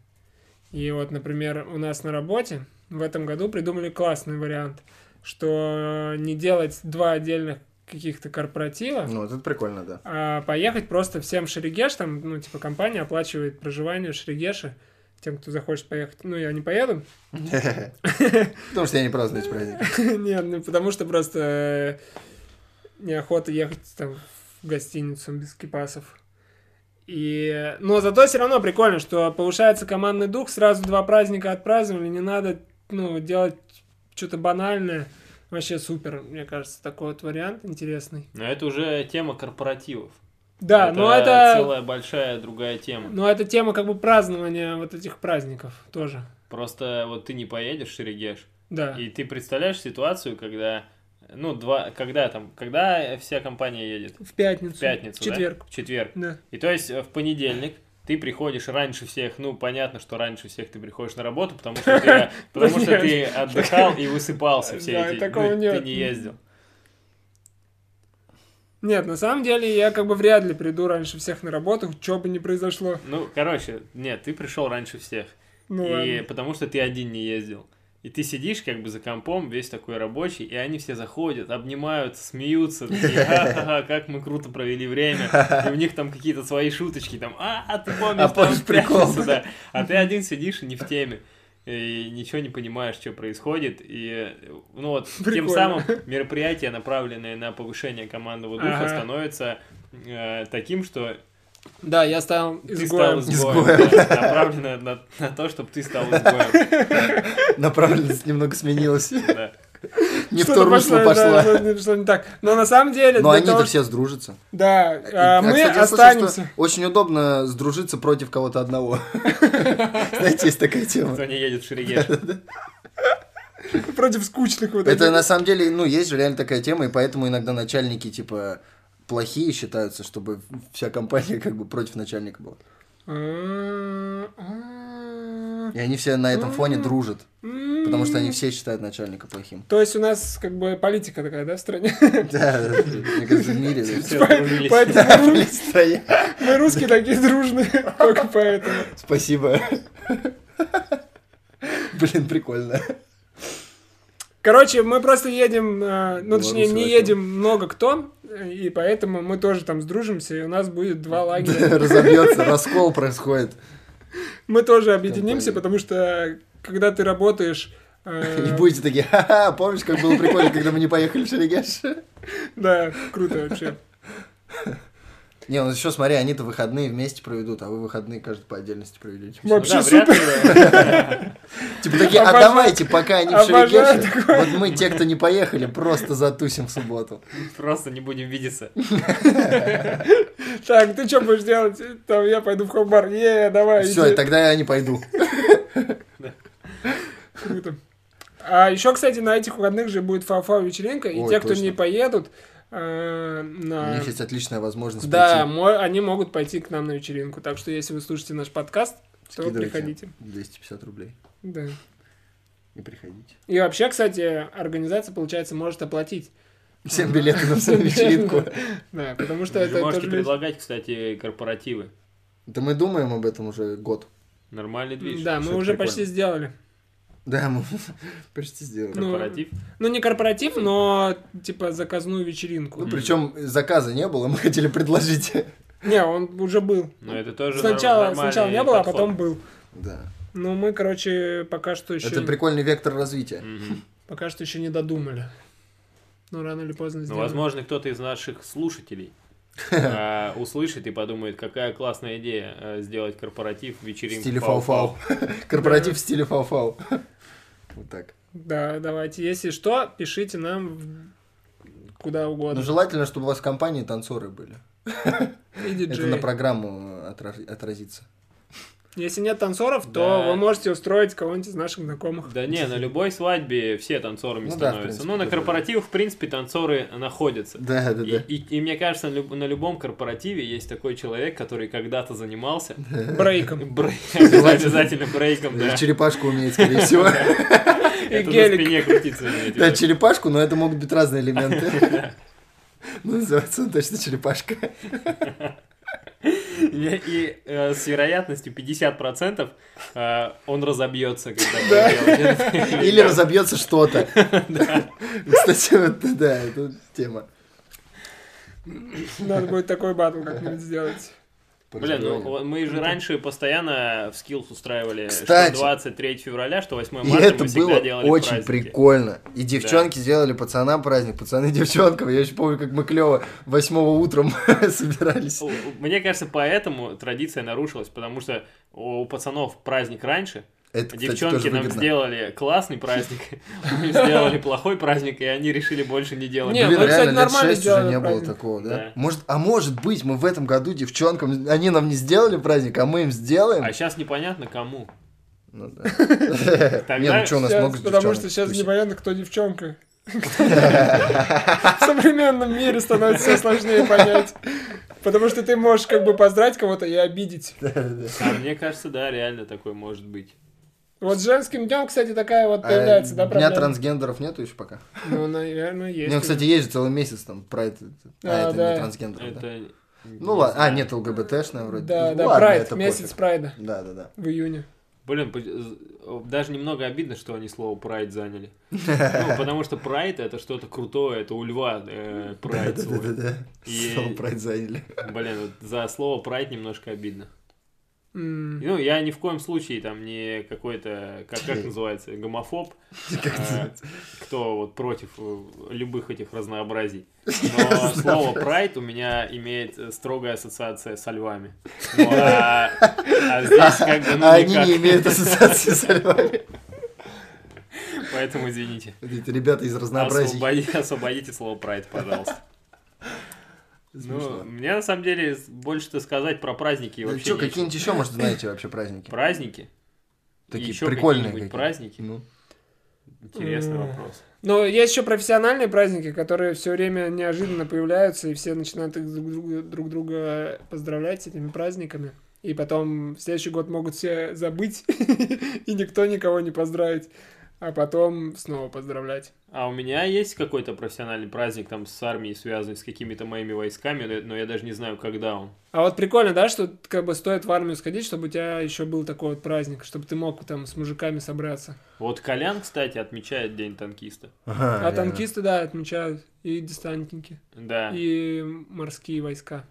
[SPEAKER 2] И вот, например, у нас на работе в этом году придумали классный вариант, что не делать два отдельных каких-то корпоратива,
[SPEAKER 1] Ну, вот это прикольно, да.
[SPEAKER 2] а поехать просто всем в Шерегеш, там, ну, типа, компания оплачивает проживание в Шерегеше тем, кто захочет поехать. Ну, я не поеду.
[SPEAKER 1] Потому что я не праздную эти праздники.
[SPEAKER 2] Нет, ну, потому что просто э, неохота ехать там в гостиницу без кипасов. И... Но зато все равно прикольно, что повышается командный дух, сразу два праздника отпраздновали, не надо ну, делать что-то банальное. Вообще супер, мне кажется, такой вот вариант интересный.
[SPEAKER 3] Но это уже тема корпоративов.
[SPEAKER 2] Да, но это...
[SPEAKER 3] целая большая другая тема.
[SPEAKER 2] Но это тема как бы празднования вот этих праздников тоже.
[SPEAKER 3] Просто вот ты не поедешь, Шерегеш,
[SPEAKER 2] Да.
[SPEAKER 3] и ты представляешь ситуацию, когда э, Ну, два, когда там, когда вся компания едет?
[SPEAKER 2] В пятницу.
[SPEAKER 3] В пятницу,
[SPEAKER 2] В четверг.
[SPEAKER 3] да? В четверг.
[SPEAKER 2] Да.
[SPEAKER 3] И то есть э, в понедельник ты приходишь раньше всех, ну, понятно, что раньше всех ты приходишь на работу, потому что ты, потому что ты
[SPEAKER 2] Нет.
[SPEAKER 3] отдыхал и высыпался все
[SPEAKER 2] Да,
[SPEAKER 3] эти...
[SPEAKER 2] такого
[SPEAKER 3] ну, Ты
[SPEAKER 2] нет.
[SPEAKER 3] не ездил.
[SPEAKER 2] Нет, на самом деле я как бы вряд ли приду раньше всех на работу, что бы ни произошло.
[SPEAKER 3] Ну, короче, нет, ты пришел раньше всех.
[SPEAKER 2] Ну
[SPEAKER 3] и
[SPEAKER 2] ладно.
[SPEAKER 3] потому что ты один не ездил. И ты сидишь как бы за компом, весь такой рабочий, и они все заходят, обнимаются, смеются, такие, «Ха-ха-ха, как мы круто провели время. И у них там какие-то свои шуточки, там, а, ты помнишь,
[SPEAKER 1] А
[SPEAKER 3] там
[SPEAKER 1] помнишь прикол?»
[SPEAKER 3] прячется, да. А ты один сидишь и не в теме. И ничего не понимаешь, что происходит. И, э, ну вот, тем
[SPEAKER 2] Прикольно.
[SPEAKER 3] самым мероприятие, направленное на повышение командного духа,
[SPEAKER 2] Ага.
[SPEAKER 3] становится э, таким, что
[SPEAKER 2] Да, я стал
[SPEAKER 3] ты
[SPEAKER 2] изгоем.
[SPEAKER 3] стал изгоем.
[SPEAKER 1] Изгоем.
[SPEAKER 3] да, направленное на, на то, чтобы ты стал изгоем.
[SPEAKER 1] Направленность немного сменилась.
[SPEAKER 3] да.
[SPEAKER 1] Не в
[SPEAKER 2] Что-то
[SPEAKER 1] то русло
[SPEAKER 2] пошло, да,
[SPEAKER 1] пошла.
[SPEAKER 2] что-то- что-то не так. Но на самом деле...
[SPEAKER 1] Но
[SPEAKER 2] для
[SPEAKER 1] они-то
[SPEAKER 2] того,
[SPEAKER 1] все сдружатся.
[SPEAKER 2] Да, а
[SPEAKER 1] И,
[SPEAKER 2] мы
[SPEAKER 1] кстати, я слышал,
[SPEAKER 2] останемся.
[SPEAKER 1] что Очень удобно сдружиться против кого-то одного. Знаете, есть такая тема.
[SPEAKER 3] Кто не едет в Шерегеш.
[SPEAKER 2] Против скучных вот
[SPEAKER 1] Это
[SPEAKER 2] этих.
[SPEAKER 1] на самом деле, ну, есть же реально такая тема, и поэтому иногда начальники, типа, плохие считаются, чтобы вся компания как бы против начальника была.
[SPEAKER 2] А, а.
[SPEAKER 1] И они все на этом фоне дружат,
[SPEAKER 2] М.
[SPEAKER 1] потому что они все считают начальника плохим.
[SPEAKER 2] То есть у нас как бы политика такая, да, в стране?
[SPEAKER 1] Да, да, да. мне кажется, в мире да, всё.
[SPEAKER 3] Все сдружились.
[SPEAKER 2] Поэтому
[SPEAKER 1] Да,
[SPEAKER 2] мы ру-
[SPEAKER 1] блин, стоя.
[SPEAKER 2] мы русские такие дружные, только поэтому.
[SPEAKER 1] Спасибо. Блин, прикольно.
[SPEAKER 2] Короче, мы просто едем, э, ну, точнее,
[SPEAKER 1] Белорусы
[SPEAKER 2] не
[SPEAKER 1] вообще.
[SPEAKER 2] едем много кто, э, и поэтому мы тоже там сдружимся, и у нас будет два лагеря.
[SPEAKER 1] Разобьется, раскол происходит.
[SPEAKER 2] Мы тоже объединимся,
[SPEAKER 1] Компания.
[SPEAKER 2] потому что э, когда ты работаешь... э,
[SPEAKER 1] И будете такие, ха-ха, помнишь, как было прикольно, когда мы не поехали в Шерегеш?
[SPEAKER 2] Да, круто вообще.
[SPEAKER 1] Не, ну еще смотри, они-то выходные вместе проведут, а вы выходные каждый по отдельности проведете.
[SPEAKER 2] Мы-
[SPEAKER 3] Ну да,
[SPEAKER 2] Вообще
[SPEAKER 3] вряд ли,
[SPEAKER 1] Типа такие, а
[SPEAKER 2] Обожаю.
[SPEAKER 1] давайте, пока они в
[SPEAKER 2] Обожаю
[SPEAKER 1] Шерегеше, вот мы, те, кто не поехали, просто затусим в субботу.
[SPEAKER 3] э, Просто не будем видеться.
[SPEAKER 2] Ну Так, ты что будешь делать? Там я пойду в хомбар. Е, давай,
[SPEAKER 1] Все,
[SPEAKER 2] иди.
[SPEAKER 1] тогда я не пойду.
[SPEAKER 2] Круто. А еще, кстати, на этих выходных же будет фау-фау вечеринка, и
[SPEAKER 1] Ой,
[SPEAKER 2] те, кто
[SPEAKER 1] точно.
[SPEAKER 2] не поедут, э,
[SPEAKER 1] У
[SPEAKER 2] на...
[SPEAKER 1] них есть отличная возможность
[SPEAKER 2] Да,
[SPEAKER 1] пойти.
[SPEAKER 2] мо- они могут пойти к нам на вечеринку. Так что, если вы слушаете наш подкаст, то
[SPEAKER 1] Скидывайте
[SPEAKER 2] приходите.
[SPEAKER 1] 250 рублей.
[SPEAKER 2] Да.
[SPEAKER 1] И приходите.
[SPEAKER 2] И вообще, кстати, организация, получается, может оплатить. А.
[SPEAKER 1] Всем билеты на всю вечеринку.
[SPEAKER 2] Да, потому что
[SPEAKER 3] Вы
[SPEAKER 2] это
[SPEAKER 3] же можете
[SPEAKER 2] тоже люди.
[SPEAKER 3] предлагать, кстати, корпоративы.
[SPEAKER 1] Да мы думаем об этом уже год.
[SPEAKER 3] Нормальный движ.
[SPEAKER 2] Да, мы
[SPEAKER 1] Что-то
[SPEAKER 2] уже
[SPEAKER 1] прикольно.
[SPEAKER 2] почти сделали.
[SPEAKER 1] Да, мы почти сделали.
[SPEAKER 2] ну,
[SPEAKER 3] Корпоратив.
[SPEAKER 2] Ну, не корпоратив, но типа заказную вечеринку.
[SPEAKER 1] Ну, причем заказа не было, мы хотели предложить.
[SPEAKER 2] Не, он уже был.
[SPEAKER 3] Но это тоже
[SPEAKER 2] ну, Сначала,
[SPEAKER 3] нор-
[SPEAKER 2] сначала не
[SPEAKER 3] нормальный
[SPEAKER 2] было, а
[SPEAKER 3] подход.
[SPEAKER 2] потом был.
[SPEAKER 1] Да.
[SPEAKER 2] Ну, мы, короче, пока что еще,
[SPEAKER 1] Это прикольный вектор развития.
[SPEAKER 3] Мгм. Ну,
[SPEAKER 2] пока что еще не додумали. Но рано или поздно
[SPEAKER 3] Ну,
[SPEAKER 2] сделаем.
[SPEAKER 3] возможно, кто-то из наших слушателей э, услышит и подумает, какая классная идея э, сделать корпоратив,
[SPEAKER 1] В
[SPEAKER 3] вечеринку.
[SPEAKER 1] стиле
[SPEAKER 3] фау-фау.
[SPEAKER 1] фау-фау. Корпоратив в стиле фау-фау. Вот так.
[SPEAKER 2] Да, давайте. Если что, пишите нам в- куда
[SPEAKER 1] Ну,
[SPEAKER 2] угодно.
[SPEAKER 1] желательно, чтобы у вас в компании танцоры были.
[SPEAKER 2] И
[SPEAKER 1] Ну, Это
[SPEAKER 2] диджей.
[SPEAKER 1] на программу э, отра- отразится.
[SPEAKER 2] Если нет танцоров, то
[SPEAKER 3] Да.
[SPEAKER 2] вы можете устроить кого-нибудь из наших знакомых.
[SPEAKER 3] Да не, на любой свадьбе все танцорами
[SPEAKER 1] Ну да, в
[SPEAKER 3] становятся.
[SPEAKER 1] принципе,
[SPEAKER 3] Ну, на
[SPEAKER 1] да.
[SPEAKER 3] корпоративах, в принципе, танцоры находятся.
[SPEAKER 1] Да, да,
[SPEAKER 3] И,
[SPEAKER 1] да.
[SPEAKER 3] и- и мне кажется, на, люб- на любом корпоративе есть такой человек, который когда-то занимался
[SPEAKER 2] Брейком.
[SPEAKER 3] брей- обязательно брейком, да.
[SPEAKER 1] И Черепашку умеет, скорее всего.
[SPEAKER 2] И
[SPEAKER 3] Это на
[SPEAKER 2] гелик.
[SPEAKER 3] спине крутится. умеет,
[SPEAKER 1] Да,
[SPEAKER 3] да.
[SPEAKER 1] черепашку, но это могут быть разные элементы. Ну, называется он точно черепашка.
[SPEAKER 3] И и, э, с вероятностью 50% э, он разобьется, когда будет делать это.
[SPEAKER 1] Или разобьется что-то. Кстати, вот, да, это тема.
[SPEAKER 2] Надо будет такой батл как-нибудь сделать.
[SPEAKER 3] Блин, ну вот мы же раньше постоянно в Skills устраивали что
[SPEAKER 1] Кстати.
[SPEAKER 3] 23 февраля, что 8
[SPEAKER 1] И
[SPEAKER 3] марта
[SPEAKER 1] это
[SPEAKER 3] мы всегда
[SPEAKER 1] было
[SPEAKER 3] делали
[SPEAKER 1] очень
[SPEAKER 3] праздники.
[SPEAKER 1] прикольно. И девчонки сделали пацанам праздник, пацаны девчонкам. Я еще помню, как мы клево восьмого утром собирались.
[SPEAKER 3] Мне кажется, поэтому традиция нарушилась, потому что у пацанов праздник раньше,
[SPEAKER 1] Это, кстати,
[SPEAKER 3] девчонки
[SPEAKER 1] тоже
[SPEAKER 3] нам
[SPEAKER 1] выгодно.
[SPEAKER 3] сделали классный праздник, мы им сделали плохой праздник, и они решили больше не делать.
[SPEAKER 2] Не,
[SPEAKER 1] Блин,
[SPEAKER 2] мы, кстати,
[SPEAKER 1] реально, лет
[SPEAKER 2] нормально
[SPEAKER 1] шесть уже
[SPEAKER 2] сделали
[SPEAKER 1] не было
[SPEAKER 2] праздник.
[SPEAKER 1] такого, да?
[SPEAKER 3] Да.
[SPEAKER 1] Может, а может быть, мы в этом году девчонкам, они нам не сделали праздник, а мы им сделаем?
[SPEAKER 3] А сейчас непонятно кому.
[SPEAKER 1] Ну да. Не, ну что, у нас
[SPEAKER 2] Щас,
[SPEAKER 1] много
[SPEAKER 2] потому
[SPEAKER 1] девчонок
[SPEAKER 2] что сейчас
[SPEAKER 1] тусит.
[SPEAKER 2] непонятно, кто девчонка. В современном мире становится все сложнее понять. Потому что ты можешь как бы поздравить кого-то и обидеть.
[SPEAKER 3] А мне кажется, да, реально такой может быть.
[SPEAKER 2] Вот с женским днем, кстати, такая вот
[SPEAKER 1] А
[SPEAKER 2] появляется, да,
[SPEAKER 1] Дня
[SPEAKER 2] проблема?
[SPEAKER 1] трансгендеров нету еще пока.
[SPEAKER 2] Ну, наверное,
[SPEAKER 1] У
[SPEAKER 2] есть.
[SPEAKER 1] него, кстати, есть же целый месяц там про это.
[SPEAKER 2] А,
[SPEAKER 1] А, это
[SPEAKER 2] да.
[SPEAKER 1] не трансгендер. да.
[SPEAKER 3] Это...
[SPEAKER 1] Ну ладно, а, нет, ЛГБТшная вроде.
[SPEAKER 2] Да,
[SPEAKER 1] Ну,
[SPEAKER 2] да,
[SPEAKER 1] ладно,
[SPEAKER 2] Прайд,
[SPEAKER 1] это
[SPEAKER 2] месяц
[SPEAKER 1] пофиг.
[SPEAKER 2] Прайда
[SPEAKER 1] Да, да, да.
[SPEAKER 2] в июне.
[SPEAKER 3] Блин, по- з- даже немного обидно, что они слово прайд заняли. Ну, потому что прайд это что-то крутое, это у льва э, прайд свой.
[SPEAKER 1] Да-да-да.
[SPEAKER 3] И-
[SPEAKER 1] Слово Прайд заняли.
[SPEAKER 3] Блин, вот за слово прайд немножко обидно.
[SPEAKER 2] М.
[SPEAKER 3] Ну, я ни в коем случае там не какой-то, как, как называется, гомофоб,
[SPEAKER 1] Как
[SPEAKER 3] э, кто вот против э, любых этих разнообразий. Но слово прайд у меня имеет э, строгая ассоциация со львами. Ну, а, а здесь как бы, ну,
[SPEAKER 1] А они
[SPEAKER 3] никак.
[SPEAKER 1] не имеют ассоциации с львами.
[SPEAKER 3] Поэтому извините.
[SPEAKER 1] Эти Ребята из разнообразий.
[SPEAKER 3] Освободи- освободите слово прайд, пожалуйста. Ну,
[SPEAKER 1] Смешно.
[SPEAKER 3] мне на самом деле с- больше-то сказать про праздники
[SPEAKER 1] Да
[SPEAKER 3] вообще
[SPEAKER 1] что,
[SPEAKER 3] нечего.
[SPEAKER 1] какие-нибудь еще, может, знаете вообще праздники?
[SPEAKER 3] Праздники?
[SPEAKER 1] Такие
[SPEAKER 3] Еще
[SPEAKER 1] прикольные
[SPEAKER 3] какие-нибудь
[SPEAKER 1] какие-то.
[SPEAKER 3] праздники?
[SPEAKER 1] Ну,
[SPEAKER 3] Интересный
[SPEAKER 2] М.
[SPEAKER 3] вопрос.
[SPEAKER 2] Но есть еще профессиональные праздники, которые все время неожиданно появляются, и все начинают их друг друга, друг друга поздравлять с этими праздниками. И потом в следующий год могут все забыть, и никто никого не поздравит. А потом снова поздравлять.
[SPEAKER 3] А у меня есть какой-то профессиональный праздник там с армией, связанный с какими-то моими войсками, но- но я даже не знаю, когда он.
[SPEAKER 2] А вот прикольно, да, что как бы стоит в армию сходить, чтобы у тебя еще был такой вот праздник, чтобы ты мог там с мужиками собраться.
[SPEAKER 3] Вот Колян, кстати, отмечает День танкиста.
[SPEAKER 1] Ага,
[SPEAKER 2] А
[SPEAKER 1] реально.
[SPEAKER 2] танкисты, да, отмечают, и десантники,
[SPEAKER 3] Да.
[SPEAKER 2] и морские войска.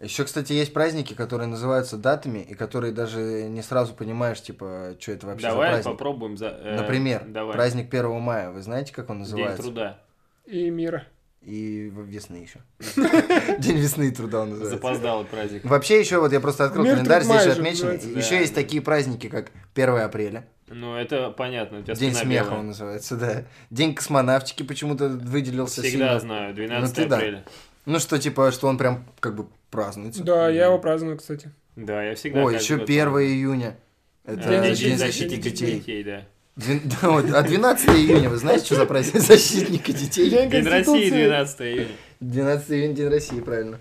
[SPEAKER 1] Еще, кстати, есть праздники, которые называются датами, и которые даже не сразу понимаешь, типа, что это вообще
[SPEAKER 3] Давай
[SPEAKER 1] за праздник.
[SPEAKER 3] попробуем за... э,
[SPEAKER 1] Например,
[SPEAKER 3] давай.
[SPEAKER 1] праздник 1 мая. Вы знаете, как он
[SPEAKER 3] День
[SPEAKER 1] называется?
[SPEAKER 3] труда.
[SPEAKER 2] И мира.
[SPEAKER 1] И в- весны еще. День весны и труда он называется.
[SPEAKER 3] Запоздалый праздник.
[SPEAKER 1] Вообще еще, вот я просто открыл
[SPEAKER 2] Мир
[SPEAKER 1] календарь,
[SPEAKER 2] трудмая
[SPEAKER 1] здесь же
[SPEAKER 2] же
[SPEAKER 1] отмечено.
[SPEAKER 2] называется.
[SPEAKER 1] Еще
[SPEAKER 3] Да,
[SPEAKER 1] есть
[SPEAKER 3] да.
[SPEAKER 1] такие праздники, как 1 апреля,
[SPEAKER 3] Ну, это понятно. У тебя
[SPEAKER 1] День
[SPEAKER 3] спина
[SPEAKER 1] смеха
[SPEAKER 3] белая.
[SPEAKER 1] он называется, да. День космонавтики почему-то выделился
[SPEAKER 3] Всегда
[SPEAKER 1] сильно.
[SPEAKER 3] знаю. 12
[SPEAKER 1] ты да.
[SPEAKER 3] апреля.
[SPEAKER 1] Ну что, типа, что он прям как бы празднуется.
[SPEAKER 2] Да, я
[SPEAKER 3] Мгм.
[SPEAKER 2] его праздную, кстати.
[SPEAKER 3] Да, я всегда...
[SPEAKER 1] Ой,
[SPEAKER 3] каждый
[SPEAKER 1] еще
[SPEAKER 3] год
[SPEAKER 1] 1 июня. Это
[SPEAKER 3] Э,
[SPEAKER 2] Да,
[SPEAKER 1] День,
[SPEAKER 3] День, защитника
[SPEAKER 1] защитника
[SPEAKER 3] детей.
[SPEAKER 1] детей.
[SPEAKER 3] да.
[SPEAKER 1] Двен- да, вот, А 12 июня, вы знаете, что за праздник защитника детей?
[SPEAKER 2] День
[SPEAKER 3] День России
[SPEAKER 2] Конституции.
[SPEAKER 3] 12 июня.
[SPEAKER 1] 12 июня День России, правильно.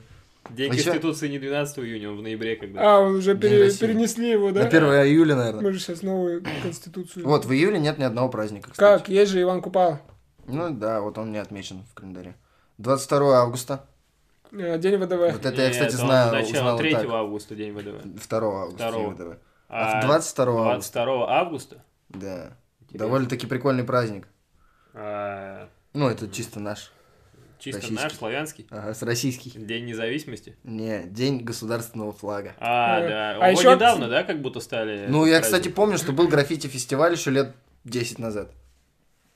[SPEAKER 3] День
[SPEAKER 1] А ещё-
[SPEAKER 3] Конституции не 12 июня, он в ноябре когда.
[SPEAKER 2] А, уже
[SPEAKER 1] День
[SPEAKER 2] пере-
[SPEAKER 1] России.
[SPEAKER 2] перенесли его,
[SPEAKER 1] На
[SPEAKER 2] да?
[SPEAKER 1] 1 июля, наверное.
[SPEAKER 2] Мы же сейчас новую конституцию.
[SPEAKER 1] Вот, в июле нет ни одного праздника, кстати.
[SPEAKER 2] Как? Есть же Иван Купал.
[SPEAKER 1] Ну да, вот он не отмечен в календаре. 22 августа.
[SPEAKER 2] Э, День ВДВ.
[SPEAKER 1] Вот это я,
[SPEAKER 3] Нет,
[SPEAKER 1] кстати,
[SPEAKER 3] он
[SPEAKER 1] знаю,
[SPEAKER 3] Начало
[SPEAKER 1] узнал
[SPEAKER 3] 3
[SPEAKER 1] так.
[SPEAKER 3] августа День ВДВ.
[SPEAKER 1] 2 августа,
[SPEAKER 3] Второго.
[SPEAKER 1] не ВДВ. А 22 августа,
[SPEAKER 3] 22 августа?
[SPEAKER 1] да.
[SPEAKER 3] Интересно.
[SPEAKER 1] Довольно-таки прикольный праздник.
[SPEAKER 3] А,
[SPEAKER 1] Ну, это чисто наш.
[SPEAKER 3] чисто
[SPEAKER 1] Российский.
[SPEAKER 3] наш, славянский.
[SPEAKER 1] Ага, с российский.
[SPEAKER 3] День независимости.
[SPEAKER 1] Не, День государственного флага.
[SPEAKER 3] А,
[SPEAKER 2] Э,
[SPEAKER 3] да.
[SPEAKER 2] а
[SPEAKER 3] Вот
[SPEAKER 2] ещё-
[SPEAKER 3] недавно, да, как будто стали...
[SPEAKER 1] Ну, я,
[SPEAKER 3] праздник.
[SPEAKER 1] кстати, помню, что был граффити-фестиваль еще лет 10 назад.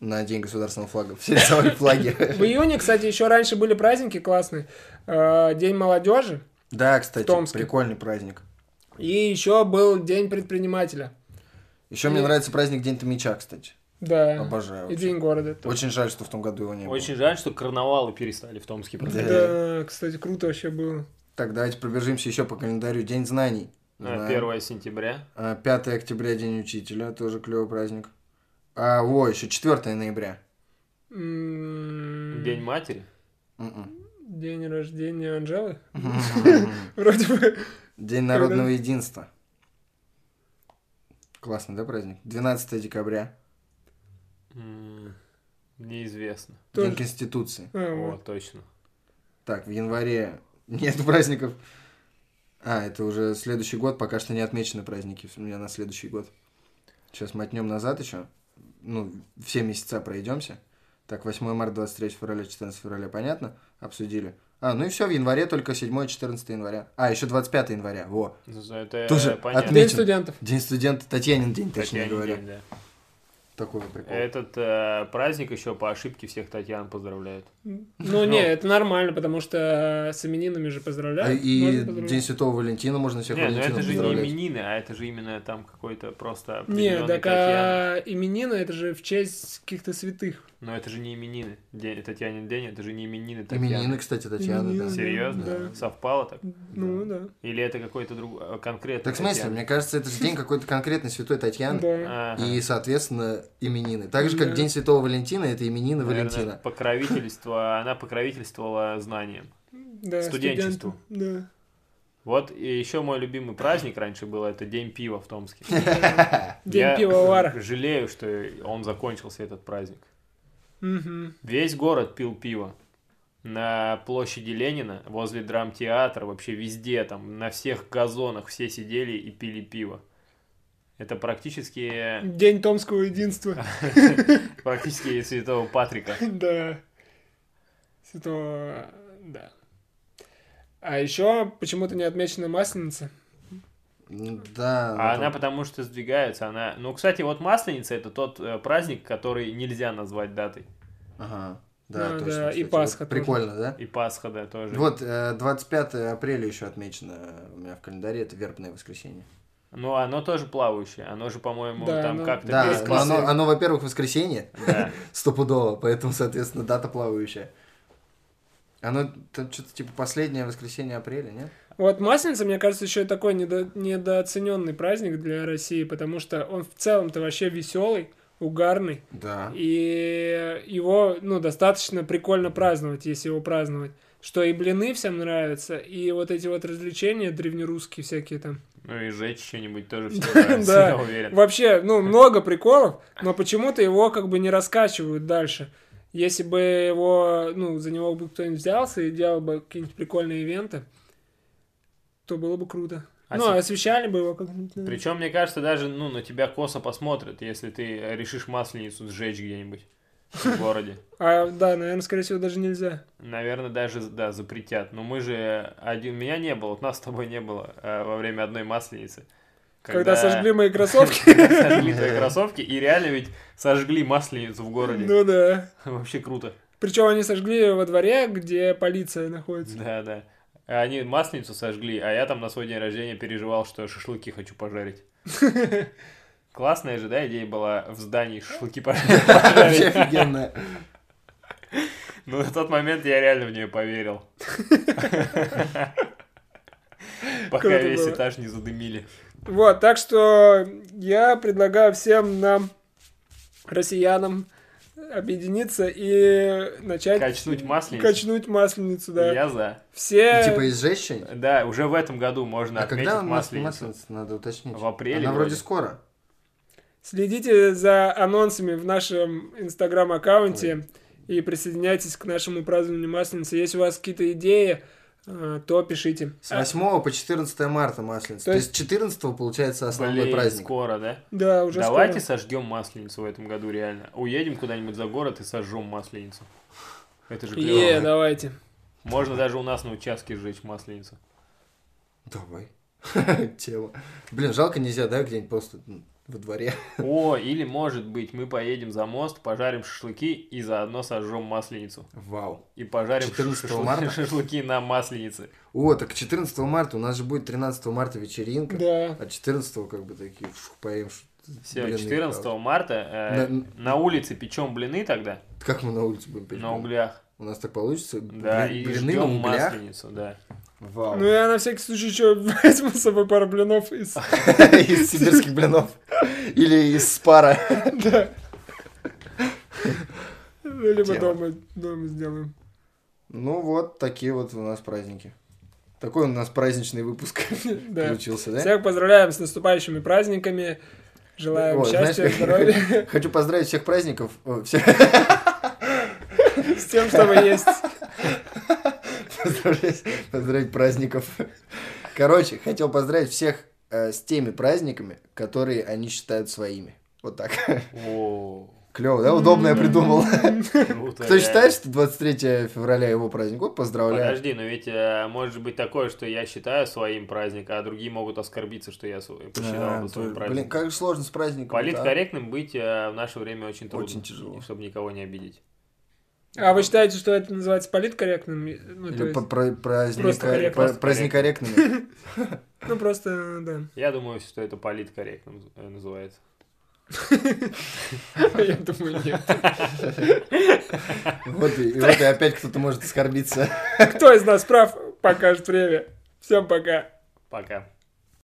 [SPEAKER 1] На День государственного флага. Все рисовали
[SPEAKER 2] В
[SPEAKER 1] флаги.
[SPEAKER 2] июне, кстати, еще раньше были праздники классные. Э, День молодежи.
[SPEAKER 1] Да,
[SPEAKER 2] В
[SPEAKER 1] кстати,
[SPEAKER 2] Томске.
[SPEAKER 1] прикольный праздник.
[SPEAKER 2] И еще был День предпринимателя.
[SPEAKER 1] Еще мне
[SPEAKER 2] Нет.
[SPEAKER 1] нравится праздник День Томича, кстати.
[SPEAKER 2] Да.
[SPEAKER 1] Обожаю.
[SPEAKER 2] И
[SPEAKER 1] вообще.
[SPEAKER 2] День города. тоже.
[SPEAKER 1] Очень жаль, что в том году его не было.
[SPEAKER 3] Очень жаль, что карнавалы перестали в Томске проходить.
[SPEAKER 2] Да, кстати, круто вообще было.
[SPEAKER 1] Так, давайте пробежимся еще по календарю. День знаний.
[SPEAKER 3] А,
[SPEAKER 1] Знаю.
[SPEAKER 3] 1 сентября.
[SPEAKER 1] А, 5 октября День учителя, тоже клевый праздник. А, о, еще 4 ноября.
[SPEAKER 2] М,
[SPEAKER 3] День матери.
[SPEAKER 1] Мгм.
[SPEAKER 2] М-м-м. День рождения Анжелы. Вроде бы.
[SPEAKER 1] День народного единства. Классный, да, праздник? 12 декабря.
[SPEAKER 3] М, Неизвестно.
[SPEAKER 1] День
[SPEAKER 2] Тоже.
[SPEAKER 1] Конституции.
[SPEAKER 2] А,
[SPEAKER 3] О,
[SPEAKER 2] вот.
[SPEAKER 3] точно.
[SPEAKER 1] Так, в январе нет праздников. А, это уже следующий год, пока что не отмечены праздники у меня на следующий год. Сейчас мотнем назад еще. Ну, все месяца пройдемся. Так, 8 марта, 23 февраля, 14 февраля, понятно? Обсудили. А, ну и все, в январе только 7 14 января. А, еще 25 января, во.
[SPEAKER 3] За Это
[SPEAKER 1] Тоже
[SPEAKER 3] понятно.
[SPEAKER 1] отмечен.
[SPEAKER 2] День студентов.
[SPEAKER 1] День студента, Татьянин день, точнее
[SPEAKER 3] Татьянин
[SPEAKER 1] говоря.
[SPEAKER 3] день, да.
[SPEAKER 1] Такой вот прикол.
[SPEAKER 3] Этот э, праздник еще по ошибке всех Татьян поздравляют.
[SPEAKER 2] Ну, не, это нормально, потому что с именинами же
[SPEAKER 1] А,
[SPEAKER 2] поздравляют.
[SPEAKER 1] и
[SPEAKER 2] Можно поздравлять.
[SPEAKER 1] День Святого Валентина можно всех
[SPEAKER 3] Не, ну
[SPEAKER 1] Валентином
[SPEAKER 3] это же не
[SPEAKER 1] поздравлять.
[SPEAKER 3] именины, а это же именно там какой-то просто
[SPEAKER 2] Не,
[SPEAKER 3] определенный
[SPEAKER 2] так
[SPEAKER 3] Татьяна.
[SPEAKER 2] а, именина это же в честь каких-то святых.
[SPEAKER 3] Но это же не именины. День, Татьянин день, это же не именины Татьяны.
[SPEAKER 1] Именины, кстати, Татьяны,
[SPEAKER 2] Именины,
[SPEAKER 1] да.
[SPEAKER 3] Серьезно?
[SPEAKER 2] Да.
[SPEAKER 3] Совпало так?
[SPEAKER 2] Ну да.
[SPEAKER 3] Или это какой-то друг... э, конкретный
[SPEAKER 1] Так в смысле,
[SPEAKER 3] Татьяна?
[SPEAKER 1] мне кажется, это же день какой-то конкретной святой Татьяны.
[SPEAKER 2] Да.
[SPEAKER 3] Ага.
[SPEAKER 1] И, соответственно, именины. Так же, как
[SPEAKER 2] Да.
[SPEAKER 1] День Святого Валентина, это именины
[SPEAKER 3] Наверное,
[SPEAKER 1] Валентина.
[SPEAKER 3] покровительство, она покровительствовала знанием.
[SPEAKER 2] Да,
[SPEAKER 3] Студенчеству.
[SPEAKER 2] студенту, Да.
[SPEAKER 3] Вот и еще мой любимый праздник раньше был, это День пива в Томске.
[SPEAKER 2] День
[SPEAKER 3] Я
[SPEAKER 2] пивовара.
[SPEAKER 3] жалею, что он закончился, этот праздник.
[SPEAKER 2] Мгм.
[SPEAKER 3] Весь город пил пиво. На площади Ленина, возле драмтеатра, вообще везде там, на всех газонах все сидели и пили пиво. Это практически,
[SPEAKER 2] День томского единства.
[SPEAKER 3] практически святого Патрика.
[SPEAKER 2] Да. Святого... Да. А еще почему-то не отмечена масленица.
[SPEAKER 1] Да.
[SPEAKER 3] А
[SPEAKER 1] вот
[SPEAKER 3] она потому что сдвигается, она... Ну, кстати, вот Масленица — это тот э, праздник, который нельзя назвать датой.
[SPEAKER 1] Ага. Да,
[SPEAKER 2] Ну Да,
[SPEAKER 1] точно.
[SPEAKER 2] да,
[SPEAKER 1] кстати.
[SPEAKER 2] и
[SPEAKER 1] Вот
[SPEAKER 2] Пасха тоже.
[SPEAKER 1] Прикольно, да?
[SPEAKER 3] И Пасха, да, тоже.
[SPEAKER 1] Вот, э, 25 апреля еще отмечено у меня в календаре, это вербное воскресенье.
[SPEAKER 3] Ну, оно тоже плавающее, оно же, по-моему,
[SPEAKER 2] Да,
[SPEAKER 3] там
[SPEAKER 2] оно-
[SPEAKER 3] как-то...
[SPEAKER 1] Да,
[SPEAKER 2] есть
[SPEAKER 1] но
[SPEAKER 2] классы.
[SPEAKER 1] оно, оно, во-первых, воскресенье,
[SPEAKER 3] Да.
[SPEAKER 1] стопудово, поэтому, соответственно, дата плавающая. Оно что-то типа последнее воскресенье апреля, нет?
[SPEAKER 2] Вот масленица, мне кажется, еще и такой недо- недооцененный праздник для России, потому что он в целом-то вообще веселый, угарный.
[SPEAKER 1] Да.
[SPEAKER 2] И его, ну, достаточно прикольно праздновать, если его праздновать. Что и блины всем нравятся, и вот эти вот развлечения древнерусские всякие там.
[SPEAKER 3] Ну и жечь что-нибудь тоже все
[SPEAKER 2] Да,
[SPEAKER 3] нравится,
[SPEAKER 2] да.
[SPEAKER 3] я уверен.
[SPEAKER 2] Вообще, ну, много приколов, но почему-то его как бы не раскачивают дальше. Если бы его, ну, за него бы кто-нибудь взялся и делал бы какие-нибудь прикольные ивенты, то было бы круто.
[SPEAKER 3] А
[SPEAKER 2] ну,
[SPEAKER 3] сек-
[SPEAKER 2] освещали бы его как-нибудь. наверное.
[SPEAKER 3] Причем, мне кажется, даже ну, на тебя косо посмотрят, если ты решишь масленицу сжечь где-нибудь в городе.
[SPEAKER 2] А, да, наверное, скорее всего, даже нельзя.
[SPEAKER 3] Наверное, даже, да, запретят. Но мы же... Один... Меня не было, вот нас с тобой не было э, во время одной масленицы.
[SPEAKER 2] Когда, сожгли мои кроссовки.
[SPEAKER 3] Когда сожгли твои кроссовки, и реально ведь сожгли масленицу в городе.
[SPEAKER 2] Ну да.
[SPEAKER 3] Вообще круто.
[SPEAKER 2] Причем они сожгли во дворе, где полиция находится.
[SPEAKER 3] Да, да. Они масленицу сожгли, а я там на свой день рождения переживал, что шашлыки хочу пожарить. Классная же, да, идея была в здании шашлыки
[SPEAKER 1] Вообще
[SPEAKER 3] пожарить.
[SPEAKER 1] офигенно.
[SPEAKER 3] Ну, на тот момент я реально в нее поверил. Пока
[SPEAKER 2] Круто
[SPEAKER 3] весь
[SPEAKER 2] было.
[SPEAKER 3] этаж не задымили.
[SPEAKER 2] Вот, так что я предлагаю всем нам, россиянам, объединиться и начать
[SPEAKER 3] Качнуть масленицу.
[SPEAKER 2] качнуть масленицу, да.
[SPEAKER 3] Я за.
[SPEAKER 2] Все...
[SPEAKER 1] И Типа из жечь?
[SPEAKER 3] Да, уже в этом году можно
[SPEAKER 1] А когда
[SPEAKER 3] отметить
[SPEAKER 1] мас-
[SPEAKER 3] масленицу.
[SPEAKER 1] масленица? Надо уточнить.
[SPEAKER 3] В апреле
[SPEAKER 1] Она вроде
[SPEAKER 3] вроде.
[SPEAKER 1] скоро.
[SPEAKER 2] Следите за анонсами в нашем инстаграм-аккаунте и присоединяйтесь к нашему празднованию Масленицы. Если у вас какие-то идеи, э, то пишите.
[SPEAKER 1] С
[SPEAKER 2] А,
[SPEAKER 1] 8 по 14 марта масленица.
[SPEAKER 2] То
[SPEAKER 1] То есть 14 получается основной
[SPEAKER 3] Блин,
[SPEAKER 1] праздник.
[SPEAKER 3] скоро, да?
[SPEAKER 2] А, Да, уже
[SPEAKER 3] Давайте
[SPEAKER 2] скоро.
[SPEAKER 3] сожгем масленицу в этом году, реально. Уедем куда-нибудь за город и сожжем масленицу. Это же клево.
[SPEAKER 2] Е, давайте.
[SPEAKER 3] Можно даже у нас на участке сжечь масленицу.
[SPEAKER 1] Давай. Тема. Блин, жалко нельзя, да, где-нибудь просто м, во дворе.
[SPEAKER 3] О, или может быть мы поедем за мост, пожарим шашлыки и заодно сожжем масленицу.
[SPEAKER 1] Вау.
[SPEAKER 3] И пожарим
[SPEAKER 1] 14
[SPEAKER 3] шашлы-
[SPEAKER 1] марта?
[SPEAKER 3] шашлыки на масленице.
[SPEAKER 1] О, так 14 марта, у нас же будет 13 марта вечеринка.
[SPEAKER 2] Да.
[SPEAKER 1] А 14 как бы такие, фух, поем. ш-
[SPEAKER 3] Все,
[SPEAKER 1] блины,
[SPEAKER 3] 14
[SPEAKER 1] правда.
[SPEAKER 3] марта э,
[SPEAKER 1] На-
[SPEAKER 3] на улице печем блины тогда,
[SPEAKER 1] Как мы на улице будем печь?
[SPEAKER 3] на
[SPEAKER 1] блин?
[SPEAKER 3] углях.
[SPEAKER 1] У нас так получится?
[SPEAKER 3] Ну, Да,
[SPEAKER 1] Блин,
[SPEAKER 3] и
[SPEAKER 1] блины на
[SPEAKER 3] ждем
[SPEAKER 1] углях?
[SPEAKER 3] масленицу, да.
[SPEAKER 1] Вау.
[SPEAKER 2] Ну я на всякий случай еще возьму с собой пару блинов из...
[SPEAKER 1] Из сибирских блинов. Или из спара.
[SPEAKER 2] Да. Ну, Либо
[SPEAKER 1] Дело.
[SPEAKER 2] дома, дома сделаем.
[SPEAKER 1] Ну вот, такие вот у нас праздники. Такой у нас праздничный выпуск
[SPEAKER 2] Да.
[SPEAKER 1] получился, да?
[SPEAKER 2] Всех поздравляем с наступающими праздниками. Желаем
[SPEAKER 1] Ой, знаешь,
[SPEAKER 2] счастья, здоровья,
[SPEAKER 1] Хочу поздравить всех праздников, о, всех
[SPEAKER 2] с тем, что вы есть.
[SPEAKER 1] поздравлять, поздравить праздников. Короче, хотел поздравить всех э, с теми праздниками, которые они считают своими. Вот так.
[SPEAKER 3] О,
[SPEAKER 1] Клево, да? Удобно я придумал. Кто
[SPEAKER 3] круто. реально.
[SPEAKER 1] считает, что 23 февраля его праздник? Вот поздравляю.
[SPEAKER 3] Подожди, но ведь э, может быть такое, что я считаю своим праздник, а другие могут оскорбиться, что я свой, посчитал
[SPEAKER 1] А,
[SPEAKER 3] это своим
[SPEAKER 1] то- Блин,
[SPEAKER 3] праздником.
[SPEAKER 1] как же сложно с а? праздником.
[SPEAKER 3] Политкорректным быть э, в наше время очень трудно.
[SPEAKER 1] Очень тяжело.
[SPEAKER 3] Чтобы никого не обидеть.
[SPEAKER 2] А вы считаете, что это называется политкорректным? Ну, то
[SPEAKER 1] Или
[SPEAKER 2] есть,
[SPEAKER 1] по- про- праздника-
[SPEAKER 2] Просто корректно.
[SPEAKER 1] про- праздникорректными.
[SPEAKER 2] ну, просто, да.
[SPEAKER 3] Я думаю, что это политкорректным э, называется.
[SPEAKER 2] Я думаю, нет.
[SPEAKER 1] Вот и и вот и опять кто-то может оскорбиться.
[SPEAKER 2] Кто из нас прав, покажет время. Всем пока.
[SPEAKER 3] Пока.